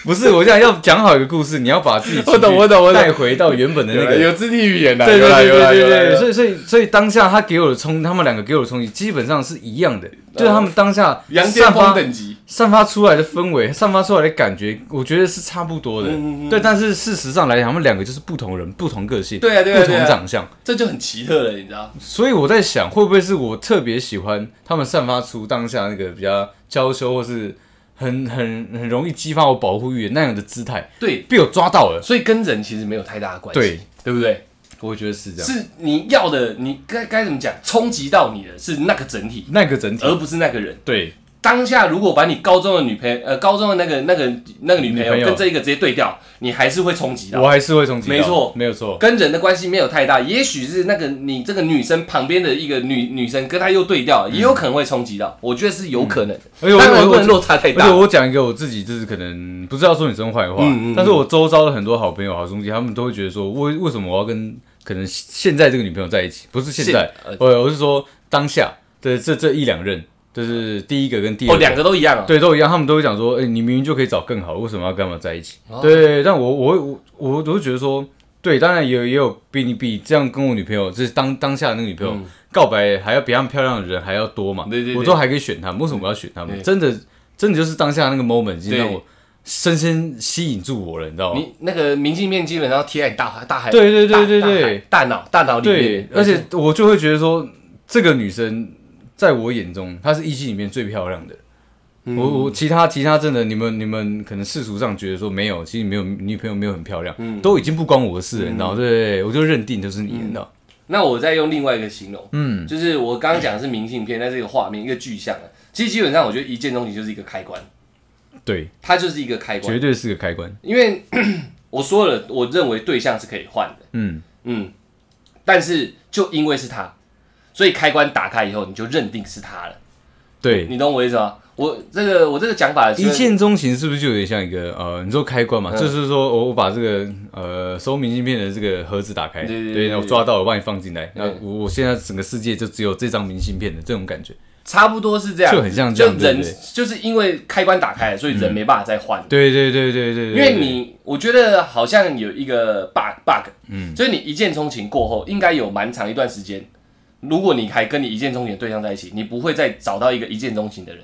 Speaker 2: 不是，我想要讲好一个故事，你要把自己
Speaker 1: 我懂我懂我懂
Speaker 2: 带回到原本的那个
Speaker 1: 哎肢体语言的啊
Speaker 2: 对对对对对对，所以所以所以当下他给我的冲，他们两个给我的冲击基本上是一样的，就是他们当下
Speaker 1: 羊癫
Speaker 2: 散
Speaker 1: 疯
Speaker 2: 发
Speaker 1: 等级，
Speaker 2: 散发出来的氛围，散发出来的感觉，我觉得是差不多的。
Speaker 1: 嗯嗯嗯
Speaker 2: 对，但是事实上来讲，他们两个就是不同人、不同个性、
Speaker 1: 对啊对啊
Speaker 2: 不
Speaker 1: 对
Speaker 2: 同
Speaker 1: 啊
Speaker 2: 长相，
Speaker 1: 这就很奇特了，你知道？
Speaker 2: 所以我在想，会不会是我特别喜欢他们散发出当下那个比较娇羞，或是很很很容易激发我保护欲的那样的姿态，
Speaker 1: 对，
Speaker 2: 被我抓到了。
Speaker 1: 所以跟人其实没有太大的关系，
Speaker 2: 对
Speaker 1: 对不对？
Speaker 2: 我觉得是这样，
Speaker 1: 是你要的，你该该怎么讲？冲击到你的是那个整体，
Speaker 2: 那个整体
Speaker 1: 而不是那个人。
Speaker 2: 对
Speaker 1: 当下如果把你高中的女朋友，呃，高中的那个那个那个女朋
Speaker 2: 女朋友
Speaker 1: 友跟这一个直接对调，你还是会冲击
Speaker 2: 我
Speaker 1: 到。
Speaker 2: 还是会冲击到，
Speaker 1: 没错
Speaker 2: 没有错。
Speaker 1: 跟人的关系没有太大，也许是那个你这个女生旁边的一个女女生跟她又对调，也有可能会冲击到，我觉得是有可能的。
Speaker 2: 而且我
Speaker 1: 当
Speaker 2: 我
Speaker 1: 然不
Speaker 2: 我
Speaker 1: 能落差太
Speaker 2: 而且
Speaker 1: 大。
Speaker 2: 哎我讲一个我自己，就是可能不知道说你真坏话，
Speaker 1: 嗯嗯嗯
Speaker 2: 但是我周遭的很多好朋友、好兄弟，他们都会觉得说，为为什么我要跟可能现在这个女朋友在一起，不是现在
Speaker 1: 现，
Speaker 2: 我、我是说当下对这这一两任，就是第一个跟第二
Speaker 1: 哦，两个都一样啊。
Speaker 2: 对，都一样，他们都会讲说，哎、你明明就可以找更好，为什么要干嘛在一起？
Speaker 1: 哦
Speaker 2: 对，但我我我我我都觉得说，对，当然也有也有比你比这样跟我女朋友，就是当当下的那个女朋友、告白还要比她们漂亮的人还要多嘛，
Speaker 1: 嗯对对对
Speaker 2: 我都还可以选他们，为什么我要选他们？真的真的就是当下那个 moment 已经让
Speaker 1: 对
Speaker 2: 我深深吸引住我了，你知道吗？
Speaker 1: 你那个明信片基本上贴在你大海大海，
Speaker 2: 对对对
Speaker 1: 大
Speaker 2: 对
Speaker 1: 大海
Speaker 2: 对
Speaker 1: 大脑大脑里
Speaker 2: 对
Speaker 1: 面，，
Speaker 2: 而且我就会觉得说，这个女生在我眼中，她是一季里面最漂亮的。
Speaker 1: 嗯
Speaker 2: 我我其他其他真的，你们你们可能世俗上觉得说没有，其实没有女朋友没有很漂亮，
Speaker 1: 嗯
Speaker 2: 都已经不关我的事了，你知道？对，我就认定就是你，你知道？
Speaker 1: 那我再用另外一个形容，嗯，就是我刚刚讲的是明信片，那是一个画面，一个具象的。其实基本上，我觉得一见钟情就是一个开关，
Speaker 2: 嗯对，
Speaker 1: 它就是一个开关
Speaker 2: 绝。对是个开关。嗯
Speaker 1: 因为 (coughs) 我说了，我认为对象是可以换的，
Speaker 2: 嗯，
Speaker 1: 嗯，但是就因为是他，所以开关打开以后，你就认定是他了。
Speaker 2: 对，
Speaker 1: 你懂我意思吗？我这个我这个讲法是
Speaker 2: 一见钟情是不是就有点像一个呃，你说开关嘛？
Speaker 1: 嗯
Speaker 2: 就是说我我把这个呃收明信片的这个盒子打开，
Speaker 1: 对对对
Speaker 2: 对，
Speaker 1: 对
Speaker 2: 然后我抓到，我把你放进来，那
Speaker 1: 对
Speaker 2: 我我现在整个世界就只有这张明信片的这种感觉。
Speaker 1: 差不多是这样，
Speaker 2: 就很像这样
Speaker 1: 啊就人
Speaker 2: 对不
Speaker 1: 就是因为开关打开了，所以人没办法再换。
Speaker 2: 对对对对对对，
Speaker 1: 因为你，我觉得好像有一个 bug bug，嗯，就是你一见钟情过后，应该有蛮长一段时间，如果你还跟你一见钟情的对象在一起，你不会再找到一个一见钟情的人，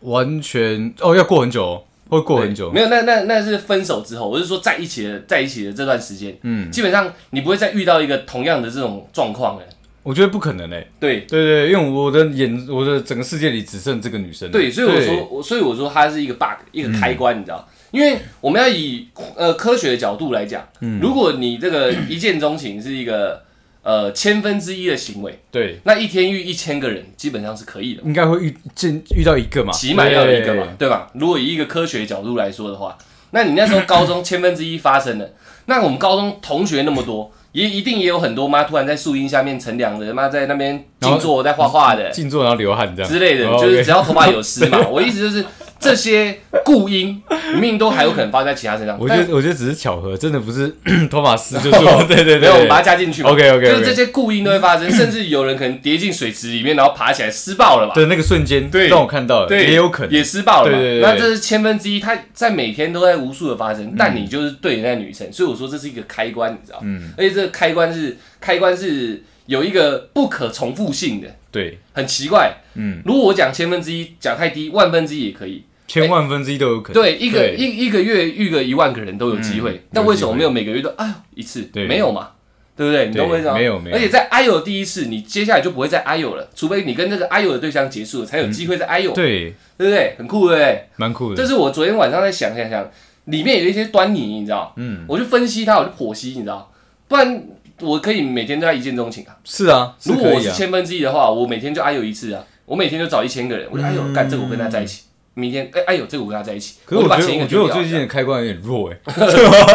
Speaker 2: 完全哦，要过很久、哦，会过很久
Speaker 1: 对。没有，那那那是分手之后，我是说在一起的在一起的这段时间，嗯，基本上你不会再遇到一个同样的这种状况了。
Speaker 2: 我觉得不可能诶。
Speaker 1: 对
Speaker 2: 对对，因为我的眼，我的整个世界里只剩这个女生了。
Speaker 1: 对，所以我说，我所以我说它是一个 bug，一个开关，你知道。因为我们要以呃科学的角度来讲，如果你这个一见钟情是一个呃千分之一的行为，
Speaker 2: 对，
Speaker 1: 那一天遇一千个人，基本上是可以的，
Speaker 2: 应该会遇见遇到一个嘛，
Speaker 1: 起码要有一个嘛
Speaker 2: 对。，
Speaker 1: 对吧？如果以一个科学角度来说的话，那你那时候高中千分之一发生了，那我们高中同学那么多，也一定也有很多妈突然在树荫下面乘凉的，妈在那边
Speaker 2: 然后
Speaker 1: 静坐在画画的
Speaker 2: 静坐然后流汗这样
Speaker 1: 之类的，
Speaker 2: 哦
Speaker 1: 就是只
Speaker 2: OK
Speaker 1: 要头发有湿嘛。 (laughs) 我意思就是这些故因，命都还有可能发生在其他身上。
Speaker 2: 我觉
Speaker 1: 但
Speaker 2: 得我觉得只是巧合，真的不是头发湿就是
Speaker 1: (laughs)
Speaker 2: 我。对对
Speaker 1: 没
Speaker 2: 对，
Speaker 1: 有，我们把它加进去嘛。
Speaker 2: OK，OK，OK
Speaker 1: 就是这些故因都会发生，甚至有人可能跌进水池里面，然后爬起来湿爆了吧？
Speaker 2: 对那个瞬间，
Speaker 1: 对
Speaker 2: 让我看到了，
Speaker 1: 对，
Speaker 2: 也有可能
Speaker 1: 也施暴了嘛。
Speaker 2: 对对对
Speaker 1: 那这是千分之一，它在每天都在无数的发生，
Speaker 2: 嗯
Speaker 1: 但你就是对那女生，所以我说这是一个开关，你知道？嗯，而且这个开关是开关是有一个不可重复性的，
Speaker 2: 对，
Speaker 1: 很奇怪。
Speaker 2: 嗯，
Speaker 1: 如果我讲千分之一讲太低，万分之一也可以。
Speaker 2: 千万分之一都有可能。
Speaker 1: 对，一个一一个月遇个一万个人都有机
Speaker 2: 嗯
Speaker 1: 会，但为什么没有每个月都哎呦一次？
Speaker 2: 对
Speaker 1: 没有嘛。对不对？你懂我意思吗？
Speaker 2: 没有没有
Speaker 1: 而且在 I 友第一次，你接下来就不会再 I 友了，除非你跟这个 I 友的对象结束了，才有机会再 I 友，
Speaker 2: 嗯对，
Speaker 1: 对不对？很酷，对不对？
Speaker 2: 蛮酷的
Speaker 1: 这。是我昨天晚上在想想想，里面有一些端倪，你知道？嗯，我就分析它，我就剖析，你知道？不然我可以每天都要一见钟情啊。
Speaker 2: 是啊，
Speaker 1: 如果
Speaker 2: 可以
Speaker 1: 我
Speaker 2: 啊
Speaker 1: 是千分之一的话，我每天就哎呦一次啊，我每天就找一千个人，我就哎呦干这个我跟他在一起，明天哎哎呦这个我跟他在一起，
Speaker 2: 嗯可是
Speaker 1: 就
Speaker 2: 我
Speaker 1: 把
Speaker 2: 觉
Speaker 1: 前
Speaker 2: 得
Speaker 1: 一个
Speaker 2: 我觉得
Speaker 1: 丢
Speaker 2: 我
Speaker 1: 掉
Speaker 2: 最近的开关有点弱哎。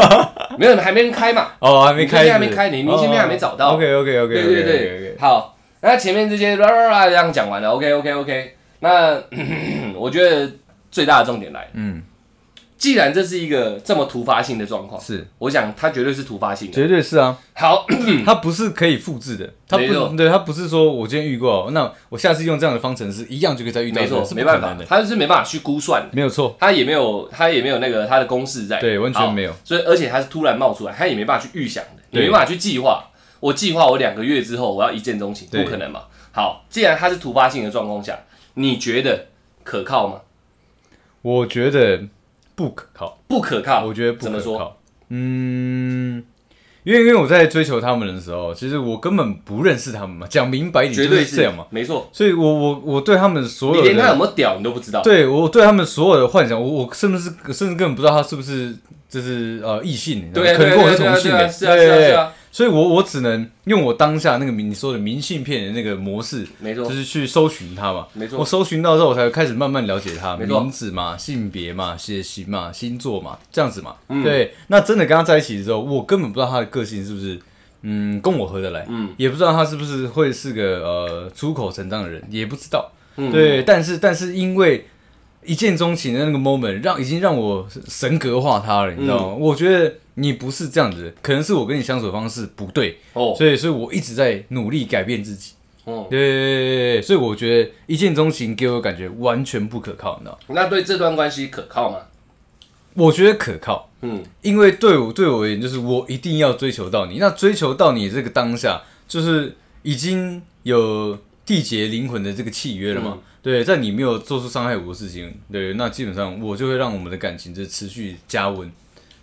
Speaker 1: (laughs) 没有还没人开嘛，
Speaker 2: 哦，还没
Speaker 1: 你这
Speaker 2: 开始，
Speaker 1: 边还没开你明信片还没找到
Speaker 2: OK OK OK，
Speaker 1: 对对对，好，那前面这些啦啦啦这样讲完了，OK OK OK，那 (clears throat) 我觉得最大的重点来了，
Speaker 2: 嗯，
Speaker 1: 既然这是一个这么突发性的状况，
Speaker 2: 是
Speaker 1: 我想它绝对是突发性的。
Speaker 2: 绝对是啊，
Speaker 1: 好，
Speaker 2: 它不是可以复制的，它
Speaker 1: 嗯没错
Speaker 2: 不对，它不是说我今天遇过，那我下次用这样的方程式一样就可以再遇到
Speaker 1: 没
Speaker 2: 的，
Speaker 1: 错，
Speaker 2: 是不
Speaker 1: 没
Speaker 2: 可
Speaker 1: 办法
Speaker 2: 能，的，
Speaker 1: 他就是没办法去估算，
Speaker 2: 没有错，
Speaker 1: 他也没有他也没有那个他的公式在，
Speaker 2: 对完全
Speaker 1: 好
Speaker 2: 没有。
Speaker 1: 所以而且他是突然冒出来，他也没办法去预想的，也
Speaker 2: 对
Speaker 1: 没办法去计划。我计划我两个月之后我要一见钟情，
Speaker 2: 对
Speaker 1: 不可能嘛。好，既然它是突发性的状况下，你觉得可靠吗？
Speaker 2: 我觉得不可靠，
Speaker 1: 不可靠，
Speaker 2: 我觉得不
Speaker 1: 怎么
Speaker 2: 可
Speaker 1: 说？
Speaker 2: 靠，嗯。因为因为我在追求他们的时候，其实我根本不认识他们嘛，讲明白一点
Speaker 1: 绝
Speaker 2: 就
Speaker 1: 对
Speaker 2: 这样嘛，
Speaker 1: 没错。
Speaker 2: 所以我我我对他们所
Speaker 1: 你
Speaker 2: 有
Speaker 1: 连他有
Speaker 2: 的，
Speaker 1: 没有屌你都不知道，
Speaker 2: 对啊我对他们所有的幻想，我我甚至是甚至根本不知道他是不是就是呃异性，你知道
Speaker 1: 对啊，
Speaker 2: 吗可能
Speaker 1: 对啊
Speaker 2: 跟我是
Speaker 1: 对啊
Speaker 2: 同性
Speaker 1: 对啊
Speaker 2: 的，
Speaker 1: 是啊是啊是啊，
Speaker 2: 所以我我只能用我当下那个明你说的明信片的那个模式，
Speaker 1: 没错
Speaker 2: 就，是去搜寻它嘛。
Speaker 1: 没错
Speaker 2: 我搜寻到之后，我才会开始慢慢了解它
Speaker 1: 没错
Speaker 2: 名字嘛、性别嘛、血型嘛、星座嘛，这样子嘛。
Speaker 1: 嗯
Speaker 2: 对，那真的跟他在一起的时候，我根本不知道他的个性是不是。嗯，跟我合得来，嗯，也不知道他是不是会是个呃出口成章的人，也不知道，
Speaker 1: 嗯
Speaker 2: 对，但是但是因为一见钟情的那个 moment 让已经让我神格化他了，你知道吗？我觉得你不是这样子的，可能是我跟你相处的方式不对，
Speaker 1: 哦
Speaker 2: 所以所以我一直在努力改变自己。
Speaker 1: 哦，
Speaker 2: 对对对对对，所以我觉得一见钟情给我的感觉完全不可靠，你知道吗？
Speaker 1: 那对这段关系可靠吗？
Speaker 2: 我觉得可靠，
Speaker 1: 嗯，
Speaker 2: 因为对我对我而言，就是我一定要追求到你。那追求到你这个当下，就是已经有缔结灵魂的这个契约了嘛？
Speaker 1: 嗯
Speaker 2: 对，在你没有做出伤害我的事情，对，那基本上我就会让我们的感情就是持续加温。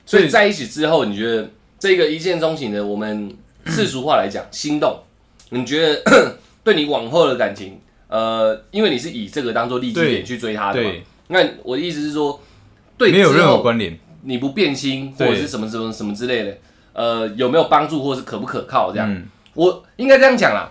Speaker 1: 所以在一起之后，你觉得这个一见钟情的，我们世俗话来讲，心动，你觉得 (clears throat) 对你往后的感情，呃，因为你是以这个当做立基
Speaker 2: 对
Speaker 1: 点去追他的嘛
Speaker 2: 对，，
Speaker 1: 那我的意思是说，对
Speaker 2: 没有
Speaker 1: 之
Speaker 2: 任何
Speaker 1: 后
Speaker 2: 关联。
Speaker 1: 你不变心或
Speaker 2: 对
Speaker 1: 者是什么什么什么之类的，呃，有没有帮助或是可不可靠这样？
Speaker 2: 嗯，
Speaker 1: 我应该这样讲啦，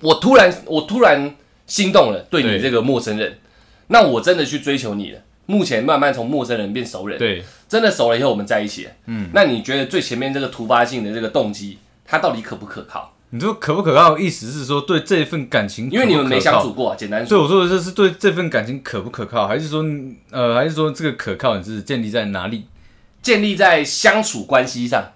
Speaker 1: 我突然我突然心动了，对你
Speaker 2: 对
Speaker 1: 这个陌生人，那我真的去追求你了。目前慢慢从陌生人变熟人，
Speaker 2: 对，
Speaker 1: 真的熟了以后我们在一起了。嗯，那你觉得最前面这个突发性的这个动机，它到底可不可靠？
Speaker 2: 你说可不可靠？意思是说对这份感情可不
Speaker 1: 因
Speaker 2: 可靠，
Speaker 1: 为你们没相处过啊，简单
Speaker 2: 所以
Speaker 1: 说，
Speaker 2: 我说的这是对这份感情可不可靠，还是说呃，还是说这个可靠你是建立在哪里？
Speaker 1: 建立在相处关系上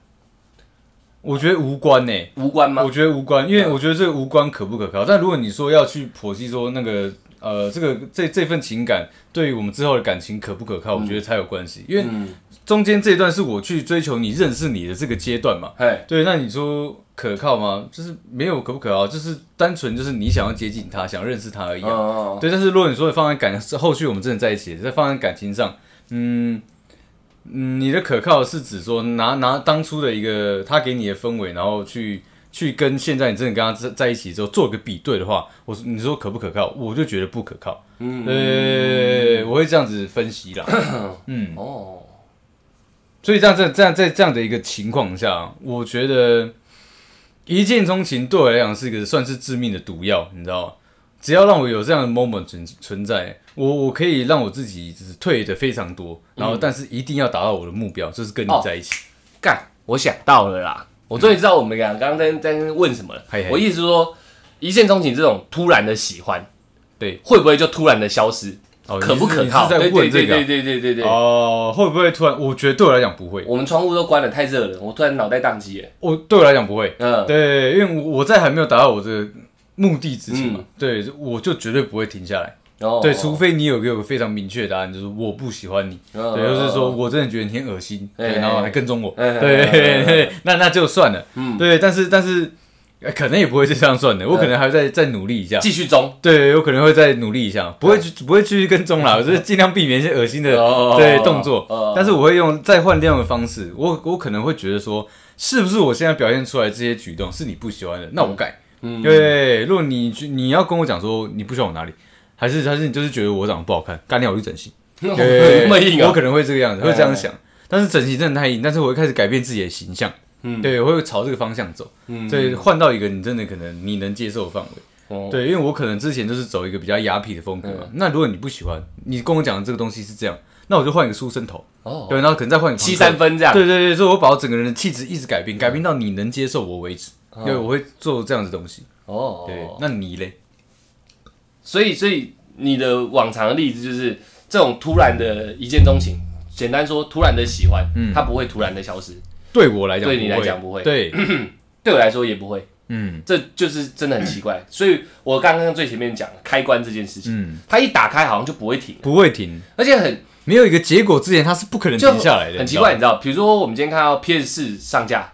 Speaker 2: 我觉得无关呢、
Speaker 1: 无关吗嗯
Speaker 2: 我？觉得无关，因为我觉得这个无关可不可靠。但如果你说要去剖析说那个呃，这个这这份情感对于我们之后的感情可不可靠，我觉得才有关系。因为
Speaker 1: 嗯，
Speaker 2: 中间这一段是我去追求你、认识你的这个阶段嘛。
Speaker 1: 嘿，
Speaker 2: 对，那你说可靠吗？就是没有可不可靠，就是单纯就是你想要接近他，想认识他而已啊、
Speaker 1: 哦哦，哦
Speaker 2: 对，但是如果你说放在感后续我们真的在一起，再放在感情上，嗯嗯，你的可靠是指说拿拿当初的一个他给你的氛围，然后去去跟现在你真的跟他在在一起之后做个比对的话，我说你说可不可靠，我就觉得不可靠。
Speaker 1: 嗯
Speaker 2: 对，我会这样子分析啦。
Speaker 1: 哦，
Speaker 2: 所以这样这样这样在这样的一个情况下，我觉得一见钟情对我来讲是一个算是致命的毒药，你知道吗？只要让我有这样的 moment 存存在，我我可以让我自己就是退的非常多，然后但是一定要达到我的目标，就是跟你
Speaker 1: 哦
Speaker 2: 在一起。
Speaker 1: 干，我想到了啦，我终于知道我们俩刚刚在在问什么了。
Speaker 2: 嘿嘿
Speaker 1: 我意思是说，一见钟情这种突然的喜欢，
Speaker 2: 对，
Speaker 1: 会不会就突然的消失？
Speaker 2: 哦，
Speaker 1: 嗯可不
Speaker 2: 你是
Speaker 1: 可
Speaker 2: 你是
Speaker 1: 靠？
Speaker 2: 在
Speaker 1: 对
Speaker 2: 问
Speaker 1: 对
Speaker 2: 这
Speaker 1: 对
Speaker 2: 个
Speaker 1: 对
Speaker 2: 啊
Speaker 1: 对对对对。
Speaker 2: 哦，会不会突然？我觉得对我来讲不会，
Speaker 1: 我们窗户都关了，太热了，我突然脑袋宕机了。
Speaker 2: 我对我来讲不会。
Speaker 1: 嗯，
Speaker 2: 对，因为我我在还没有达到我的目的之前嘛，
Speaker 1: 嗯
Speaker 2: 对，我就绝对不会停下来。
Speaker 1: 然后
Speaker 2: 对，除非你有给我个非常明确的答案，就是我不喜欢你，
Speaker 1: 嗯
Speaker 2: 对，就是说
Speaker 1: 嗯
Speaker 2: 我真的觉得你很恶心，
Speaker 1: 哎
Speaker 2: 对，然后还跟踪我，
Speaker 1: 哎哎
Speaker 2: 对
Speaker 1: 哎哎哎
Speaker 2: 对，那 (laughs) 那就算了，
Speaker 1: 嗯
Speaker 2: 对，但是但是呃可能也不会就这样算的，我可能还会再再努力一下，
Speaker 1: 继续中。
Speaker 2: 对，有可能会再努力一下，不会去不会继续跟踪啦，我就是尽量避免一些恶心的
Speaker 1: 嗯哦
Speaker 2: 对动作
Speaker 1: 哦，
Speaker 2: 但是我会用再换另外的方式，我我可能会觉得说，是不是我现在表现出来这些举动是你不喜欢的，那我改。
Speaker 1: 嗯
Speaker 2: 对，如果你去你要跟我讲说你不喜欢我哪里，还是还是你就是觉得我长得不好看，干掉我去整形。
Speaker 1: (laughs) 那么硬
Speaker 2: 我
Speaker 1: 啊！
Speaker 2: 可能会这个样子，会这样想。但是整形真的太硬，但是我会开始改变自己的形象，
Speaker 1: 嗯
Speaker 2: 对，我会朝这个方向走，
Speaker 1: 嗯
Speaker 2: 对，换到一个你真的可能你能接受的范围，
Speaker 1: 哦
Speaker 2: 对，因为我可能之前就是走一个比较雅痞的风格嘛。那如果你不喜欢，你跟我讲的这个东西是这样，那我就换一个书生头，
Speaker 1: 哦，
Speaker 2: 对，然后可能再换一个
Speaker 1: 七
Speaker 2: 朋克
Speaker 1: 三分这样。
Speaker 2: 对对对，所以我把我整个人的气质一直改变，改变到你能接受我为止，对，我会做这样的东西。
Speaker 1: 哦，
Speaker 2: 对，那你嘞？
Speaker 1: 所以，所以你的往常的例子就是这种突然的一见钟情，简单说，突然的喜欢，它不会突然的消失，
Speaker 2: 对我嗯哎来讲，
Speaker 1: 对你来讲不会 (clears throat)
Speaker 2: 对，
Speaker 1: 对我来说也不会，
Speaker 2: 嗯
Speaker 1: 这就是真的很奇怪。所以我刚刚最前面讲的开关这件事情，
Speaker 2: 嗯，
Speaker 1: 它一打开好像就不会停，
Speaker 2: 不会停，
Speaker 1: 而且很
Speaker 2: 没有一个结果之前，它是不可能
Speaker 1: 就
Speaker 2: 停下来的，
Speaker 1: 很
Speaker 2: 你
Speaker 1: 奇
Speaker 2: 知道吗
Speaker 1: 怪，，你知道？比如说我们今天看到 PS 四上架，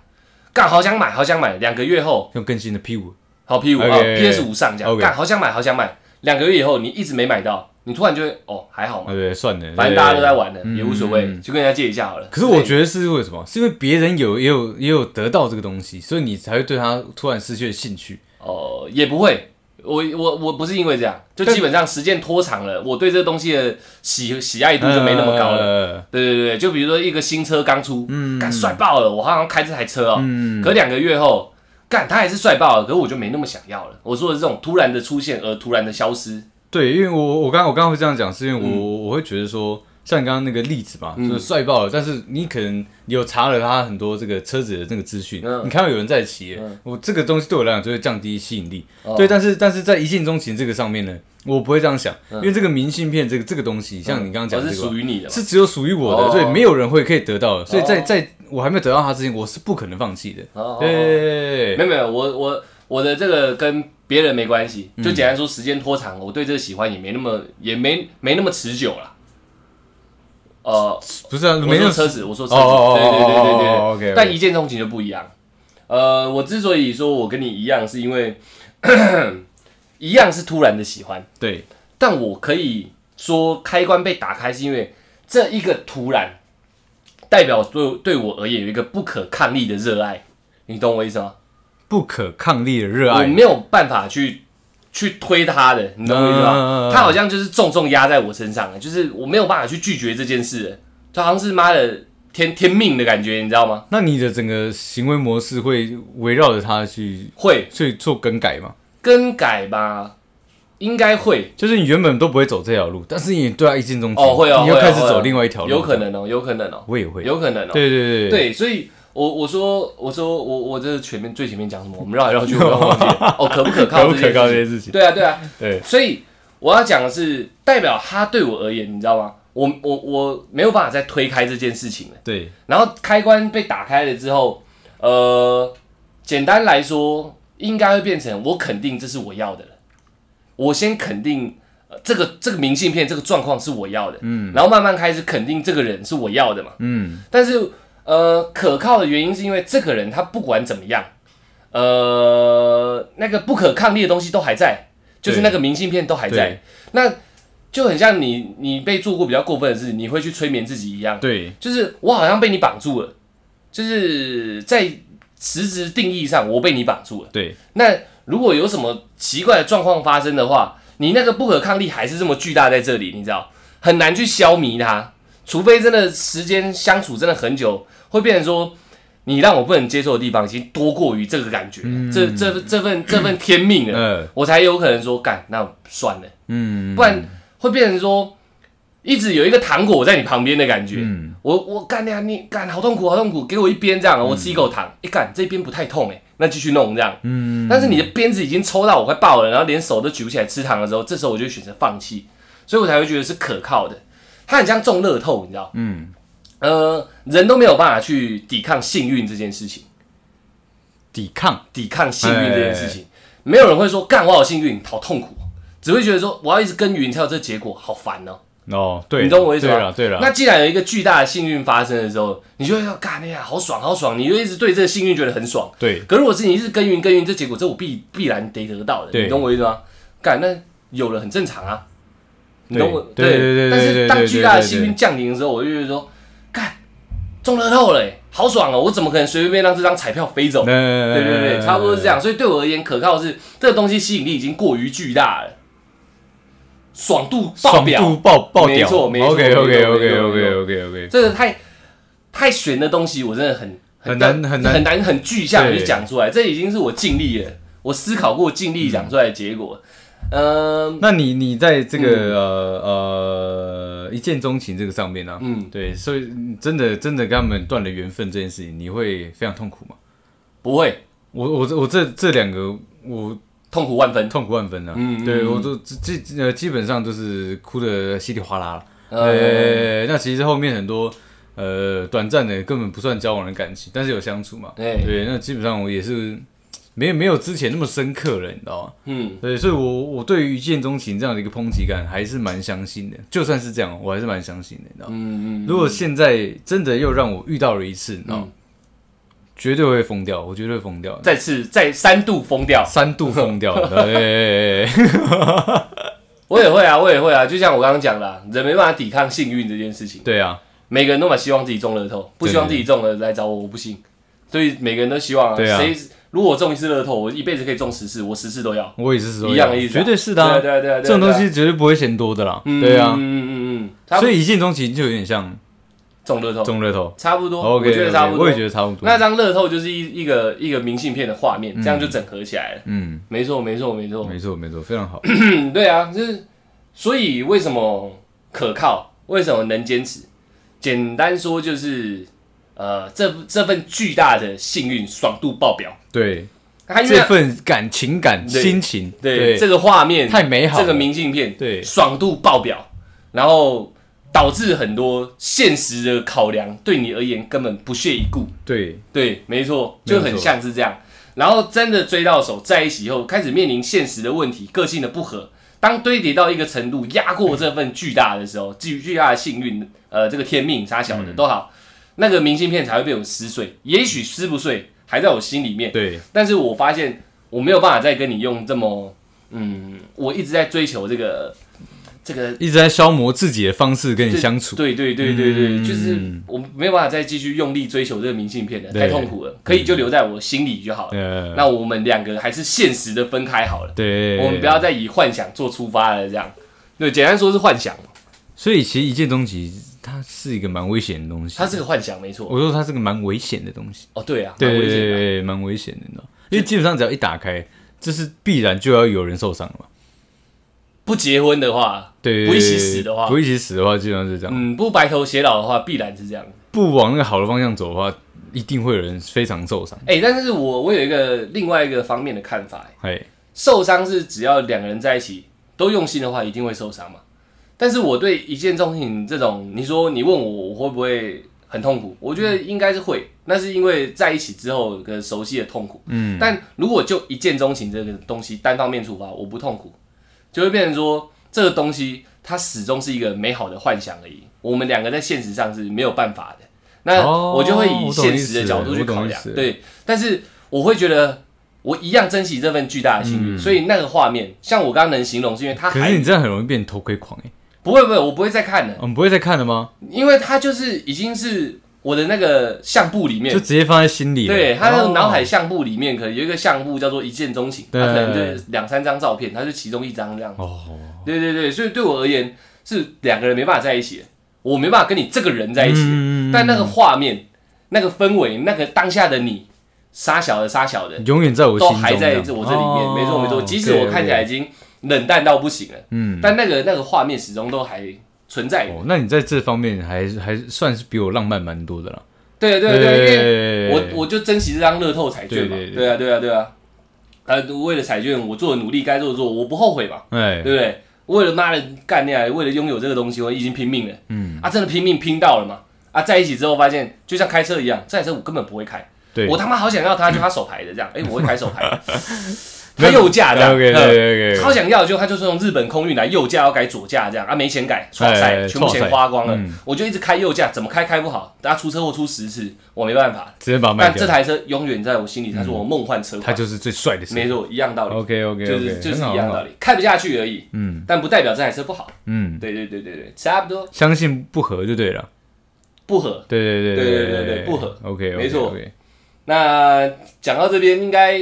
Speaker 1: 干好想买，好想买，两个月后，
Speaker 2: 用更新的 P 五，
Speaker 1: 好 P 五啊
Speaker 2: OK，
Speaker 1: ，PS 五上架，
Speaker 2: OK
Speaker 1: 干好想买，好想买，两个月以后你一直没买到，你突然就会哦还好嘛，
Speaker 2: 啊对，算了，
Speaker 1: 反正大家都在玩了，
Speaker 2: 嗯
Speaker 1: 也无所谓，就跟人家借一下好了。
Speaker 2: 可是我觉得是为什么？是因为别人有也有也有得到这个东西，所以你才会对他突然失去了兴趣。
Speaker 1: 哦、也不会，我我我不是因为这样，就基本上时间拖长了，我对这东西的喜喜爱度就没那么高了。
Speaker 2: 了。
Speaker 1: 对对对，就比如说一个新车刚出，嗯，干帅爆了，我好像开这台车哦，嗯，可两个月后，干它还是帅爆了，可我就没那么想要了。我说的这种突然的出现而突然的消失，嗯
Speaker 2: 对，因为我我刚我刚刚会这样讲，是因为我、我会觉得说，像你刚刚那个例子嘛，就是帅爆了，但是你可能有查了他很多这个车子的这个资讯，
Speaker 1: 嗯
Speaker 2: 你看到有人在骑，我这个东西对我来讲就会降低吸引力。
Speaker 1: 哦
Speaker 2: 对，但是但是在一见钟情这个上面呢，我不会这样想，因为这个明信片这个这个东西，像你刚刚讲
Speaker 1: 我
Speaker 2: 的
Speaker 1: 嗯哦是
Speaker 2: 这个
Speaker 1: 属
Speaker 2: 嘛，
Speaker 1: 于你的嘛，
Speaker 2: 是只有属于我的，
Speaker 1: 哦
Speaker 2: 所以没有人会可以得到的，所以在
Speaker 1: 哦
Speaker 2: 在我还没有得到它之前，我是不可能放弃的。
Speaker 1: 哦
Speaker 2: 对对对对
Speaker 1: 没有
Speaker 2: 对，
Speaker 1: 没有，我我我的这个跟别人没关系，
Speaker 2: 嗯
Speaker 1: 就简单说，时间拖长，我对这个喜欢也没那么也没没那么持久了。呃，
Speaker 2: 不是啊，
Speaker 1: 我
Speaker 2: 没
Speaker 1: 说
Speaker 2: 有
Speaker 1: 车子，我说车子，
Speaker 2: 哦哦哦
Speaker 1: 对对对对对
Speaker 2: 哦哦哦
Speaker 1: 对。
Speaker 2: ，OK，OK
Speaker 1: 但一见钟情就不一样。呃，我之所以说我跟你一样，是因为 (coughs) 一样是突然的喜欢，
Speaker 2: 对
Speaker 1: 但我可以说开关被打开，是因为这一个突然，代表对对我而言有一个不可抗力的热爱，你懂我意思吗？
Speaker 2: 不可抗力的热
Speaker 1: 我
Speaker 2: 爱，
Speaker 1: 没有办法去去推他的，你懂我意思吗
Speaker 2: 嗯？
Speaker 1: 他好像就是重重压在我身上了，啊就是我没有办法去拒绝这件事，就好像是妈的天天命的感觉，你知道吗？
Speaker 2: 那你的整个行为模式会围绕着它去
Speaker 1: 会
Speaker 2: 去做更改嘛？
Speaker 1: 更改吧，应该会
Speaker 2: 就是你原本都不会走这条路，但是你对他一见钟情，
Speaker 1: 哦，会哦，
Speaker 2: 你又
Speaker 1: 会哦
Speaker 2: 开始
Speaker 1: 会哦
Speaker 2: 走另外一条路，
Speaker 1: 有可，能哦，有可能哦，
Speaker 2: 我也会，
Speaker 1: 有可能哦，
Speaker 2: 对对对，
Speaker 1: 对，所以。我我说我说我我这前面最前面讲什么？我们绕来绕去，我都忘记
Speaker 2: (laughs)
Speaker 1: 了哦，可不可靠？
Speaker 2: 可不可靠这些事情？
Speaker 1: 对啊对啊，
Speaker 2: 对，
Speaker 1: 所以我要讲的是，代表他对我而言，你知道吗？我我我没有办法再推开这件事情了。
Speaker 2: 对，
Speaker 1: 然后开关被打开了之后，呃，简单来说，应该会变成我肯定这是我要的了。我先肯定、呃这个这个明信片这个状况是我要的，嗯，然后慢慢开始肯定这个人是我要的嘛。
Speaker 2: 嗯，
Speaker 1: 但是呃，可靠的原因是因为这个人他不管怎么样，呃，那个不可抗力的东西都还在，就是
Speaker 2: 对
Speaker 1: 那个明信片都还在
Speaker 2: 对，
Speaker 1: 那就很像你你被做过比较过分的事，你会去催眠自己一样，
Speaker 2: 对，
Speaker 1: 就是我好像被你绑住了，就是在实质定义上我被你绑住了。
Speaker 2: 对，
Speaker 1: 那如果有什么奇怪的状况发生的话，你那个不可抗力还是这么巨大在这里，你知道，很难去消弭它，除非真的时间相处真的很久，会变成说你让我不能接受的地方已经多过于这个感觉，这这这份这份天命了，
Speaker 2: 呃，
Speaker 1: 我才有可能说干那算了，
Speaker 2: 嗯，
Speaker 1: 不然会变成说一直有一个糖果在你旁边的感觉。
Speaker 2: 嗯，
Speaker 1: 我我干呀，你干好痛苦，好痛苦，给我一边这样，啊我吃一口糖，一干这边不太痛哎、那继续弄这样，嗯，但是你的鞭子已经抽到我快爆了，然后连手都举不起来吃糖的时候，这时候我就选择放弃，所以我才会觉得是可靠的，它很像中乐透，你知道，嗯，呃，人都没有办法去抵抗幸运这件事情，
Speaker 2: 抵抗，
Speaker 1: 抵抗幸运这件事情，没有人会说干我好幸运，好痛苦，只会觉得说我要一直耕耘才有这结果，好烦哦、
Speaker 2: 哦，对，
Speaker 1: 你懂我意思
Speaker 2: 对
Speaker 1: 吗？
Speaker 2: 了，对了，
Speaker 1: 那既然有一个巨大的幸运发生的时候，你就会要干哎呀，好爽，好爽，你就一直对这个幸运觉得很爽。
Speaker 2: 对，
Speaker 1: 可如果是你一直耕耘耕耘，这结果这我必必然得得到的，
Speaker 2: 对
Speaker 1: 你懂我意思吗？干那有了很正常啊，你懂我
Speaker 2: 对对对对
Speaker 1: 但
Speaker 2: 对
Speaker 1: 是
Speaker 2: 对
Speaker 1: 当
Speaker 2: 对
Speaker 1: 巨
Speaker 2: 对
Speaker 1: 大的
Speaker 2: 对
Speaker 1: 幸
Speaker 2: 对
Speaker 1: 运降临的时候，我就觉得说，干中乐透了、欸，好爽哦！我怎么可能随随便便让这张彩票飞走？
Speaker 2: 那
Speaker 1: 对对对，差不多是这样。，所以对我而言，可靠是这个东西吸引力已经过于巨大了，爽度爆
Speaker 2: 爽
Speaker 1: 表，
Speaker 2: 度爆爆
Speaker 1: 没
Speaker 2: 表
Speaker 1: 错没错
Speaker 2: ，OK
Speaker 1: 没
Speaker 2: OK
Speaker 1: 错
Speaker 2: OK
Speaker 1: 没错
Speaker 2: OK OK OK，
Speaker 1: 这个太太玄的东西，我真的很
Speaker 2: 很难很难
Speaker 1: 很难很具象的
Speaker 2: 对
Speaker 1: 去讲出来。这已经是我尽力了，我思考过尽力讲出来的结果。嗯
Speaker 2: 那你你在这个、呃呃一见钟情这个上面呢、
Speaker 1: 嗯，
Speaker 2: 对，所以嗯真的真的跟他们断了缘分这件事情，你会非常痛苦吗？
Speaker 1: 不会
Speaker 2: 我我这我这这两个我
Speaker 1: 痛苦万分。
Speaker 2: 痛苦万分啊，
Speaker 1: 嗯
Speaker 2: 对
Speaker 1: 嗯
Speaker 2: 我都基基呃基本上就是哭的稀里哗啦了。
Speaker 1: 呃，
Speaker 2: 呃，那其实后面很多呃短暂的根本不算交往的感情，但是有相处嘛，
Speaker 1: 对
Speaker 2: 对，那基本上我也是没有没有之前那么深刻了，你知道吗？
Speaker 1: 嗯，
Speaker 2: 对，所以我我对于一见钟情这样的一个抨击感还是蛮相信的。就算是这样，我还是蛮相信的，你知道
Speaker 1: 嗯
Speaker 2: 吗？
Speaker 1: 嗯，嗯
Speaker 2: 如果现在真的又让我遇到了一次，你知道吗？绝对会疯掉，我绝对会疯掉，
Speaker 1: 再次再三度疯掉，
Speaker 2: 三度疯掉，你知道吗对，
Speaker 1: 我也会啊，我也会啊。就像我刚刚讲的啊，人没办法抵抗幸运这件事情。
Speaker 2: 对啊，
Speaker 1: 每个人都蛮希望自己中乐透，不希望自己中了来找我，我不信。所以每个人都希望
Speaker 2: 对啊
Speaker 1: 谁如果我中一次乐透，我一辈子可以中十次，我十次都要。
Speaker 2: 我也是说
Speaker 1: 一样的意思啊
Speaker 2: 绝对是的
Speaker 1: 对
Speaker 2: 啊，
Speaker 1: 啊对啊对啊对啊
Speaker 2: 这种东西绝对不会嫌多的啦，对啊
Speaker 1: 嗯，嗯嗯嗯嗯，
Speaker 2: 所
Speaker 1: 所以
Speaker 2: 以一见钟情就有点像
Speaker 1: 中乐透
Speaker 2: 中乐透。
Speaker 1: 差不多
Speaker 2: OK，
Speaker 1: 哦我觉得差不多。
Speaker 2: 我也觉得差不多。
Speaker 1: 那张乐透就是一一个一个明信片的画面，这样就整合起来了。
Speaker 2: 嗯，
Speaker 1: 没错，没错，没错。
Speaker 2: 没错没错，非常好。
Speaker 1: 嗯，对啊，就是所以为什么可靠？为什么能坚持？简单说就是，呃，这这份巨大的幸运爽度爆表。
Speaker 2: 对，
Speaker 1: 他因为
Speaker 2: 这份感情感
Speaker 1: 对
Speaker 2: 心情，
Speaker 1: 对这个画面
Speaker 2: 太美好了
Speaker 1: 这个明信片
Speaker 2: 对
Speaker 1: 爽度爆表，然后导致很多现实的考量对你而言根本不屑一顾。
Speaker 2: 对
Speaker 1: 对，没错，
Speaker 2: 没有
Speaker 1: 就
Speaker 2: 错
Speaker 1: 很像是这样。然后真的追到手，在一起以后，开始面临现实的问题，个性的不合。当堆叠到一个程度，压过这份巨大的时
Speaker 2: 嗯
Speaker 1: 候，巨巨大的幸运，呃，这个天命啥小的都好，那个明信片才会被我撕碎。也许撕不碎，还在我心里面。
Speaker 2: 对
Speaker 1: 但是我发现我没有办法再跟你用这么，嗯，我一直在追求这个这个
Speaker 2: 一直在消磨自己的方式跟你相处，
Speaker 1: 对对对对对，
Speaker 2: 嗯
Speaker 1: 就是我没有办法再继续用力追求这个明信片了，
Speaker 2: 对
Speaker 1: 太痛苦了，可以就留在我心里就好了。
Speaker 2: 呃，
Speaker 1: 那我们两个还是现实的分开好了，
Speaker 2: 对，
Speaker 1: 我们不要再以幻想做出发了，这样。对，简单说是幻想，
Speaker 2: 所以其实一见钟情，它是一个蛮危险的东西。
Speaker 1: 它是个幻想，没错。
Speaker 2: 我说它是个蛮危险的东西，
Speaker 1: 哦，对啊，
Speaker 2: 对
Speaker 1: 蛮
Speaker 2: 对
Speaker 1: 危险
Speaker 2: 对
Speaker 1: 的
Speaker 2: 对，蛮危险的，你知道？因为基本上只要一打开，这是必然就要有人受伤了嘛。
Speaker 1: 不结婚的话，
Speaker 2: 对，
Speaker 1: 不一起死的话
Speaker 2: 不一起死的话，基本上是这样。
Speaker 1: 嗯，不白头偕老的话，必然是这样。
Speaker 2: 不往那个好的方向走的话，一定会有人非常受伤。
Speaker 1: 哎、但是我我有一个另外一个方面的看法、欸
Speaker 2: 哎，
Speaker 1: 受伤是只要两个人在一起都用心的话，一定会受伤嘛。但是我对一见钟情这种，你说你问我我会不会很痛苦？我觉得应该是会，那是因为在一起之后有个熟悉的痛苦。嗯，但如果就一见钟情这个东西单方面出发，我不痛苦，就会变成说这个东西它始终是一个美好的幻想而已。我们两个在现实上是没有办法的。那
Speaker 2: 哦
Speaker 1: 我就会以
Speaker 2: 我懂
Speaker 1: 现
Speaker 2: 意
Speaker 1: 实的
Speaker 2: 思
Speaker 1: 角度去
Speaker 2: 我懂
Speaker 1: 考
Speaker 2: 意
Speaker 1: 量
Speaker 2: 思，
Speaker 1: 对。但是我会觉得我一样珍惜这份巨大的幸运，所以那个画面，像我刚刚能形容，是因为它
Speaker 2: 嗯可是
Speaker 1: 还
Speaker 2: 你这样很容易变偷窥狂哎、哦
Speaker 1: 不会不会，我不会再看了，
Speaker 2: 我们不会再看了吗？
Speaker 1: 因为它就是已经是我的那个相簿里
Speaker 2: 就
Speaker 1: 面，
Speaker 2: 直接放在心里了。
Speaker 1: 对，它的
Speaker 2: 哦
Speaker 1: 脑海相簿里面可能有一个相簿叫做一见钟情，它
Speaker 2: 对
Speaker 1: 可能就是两三张照片，它是其中一张这样，
Speaker 2: 哦，
Speaker 1: 对对对，所以对我而言是两个人没办法在一起的，我没办法跟你这个人在一起，
Speaker 2: 嗯
Speaker 1: 但那个画面、那个氛围、那个当下的你，傻小的傻小的，
Speaker 2: 永远在我心
Speaker 1: 都
Speaker 2: 中，
Speaker 1: 还在
Speaker 2: 样
Speaker 1: 这我这里面，没错没错。即使我看起，
Speaker 2: 哦
Speaker 1: 来
Speaker 2: 对
Speaker 1: 已经冷淡到不行了，
Speaker 2: 嗯，
Speaker 1: 但那个那个画面始终都还存在。
Speaker 2: 哦，那你在这方面还还算是比我浪漫蛮多的啦。
Speaker 1: 对对对，因为
Speaker 2: 对
Speaker 1: 我我就珍惜这张乐透彩券嘛
Speaker 2: 对对，对
Speaker 1: 对啊对啊对啊。呃，为了彩券，我做的努力该做的做，我不后悔嘛，
Speaker 2: 哎
Speaker 1: 对，不对？为了妈的干那，为了拥有这个东西，我已经拼命了。
Speaker 2: 嗯，
Speaker 1: 啊，真的拼命拼到了嘛？啊，在一起之后发现，就像开车一样，这台车我根本不会开，
Speaker 2: 对，
Speaker 1: 我他妈好想要它，就它手牌的这样，哎，我会开手牌，
Speaker 2: (laughs)
Speaker 1: 它右驾这样，
Speaker 2: OK
Speaker 1: 嗯
Speaker 2: OK OK，
Speaker 1: 超想要，就他就是用日本空运来右驾要改左驾这样啊，没钱改，
Speaker 2: 哎
Speaker 1: 刷塞，全部
Speaker 2: 错
Speaker 1: 钱
Speaker 2: 塞
Speaker 1: 花光了
Speaker 2: 嗯，
Speaker 1: 我就一直开右驾，怎么开开不好，大家出车祸出十次，我没办法。
Speaker 2: 直接把它卖
Speaker 1: 但
Speaker 2: 掉
Speaker 1: 这，台车永远在我心里，它是我梦幻车
Speaker 2: 它
Speaker 1: 款，
Speaker 2: 就是最帅的车。
Speaker 1: 没错，一样道理，
Speaker 2: OK OK
Speaker 1: 就是
Speaker 2: OK，
Speaker 1: 就是
Speaker 2: 很好
Speaker 1: 一样
Speaker 2: 很
Speaker 1: 道
Speaker 2: 好
Speaker 1: 理，看不下去而已，
Speaker 2: 嗯
Speaker 1: 但不代表这台车不好。
Speaker 2: 嗯，
Speaker 1: 对对对对对，差不多
Speaker 2: 相信不合就对了。
Speaker 1: 不合。
Speaker 2: 对
Speaker 1: 对
Speaker 2: 对对
Speaker 1: 对对对不合。
Speaker 2: OK，
Speaker 1: 没错
Speaker 2: OK，
Speaker 1: 那讲到这边，应该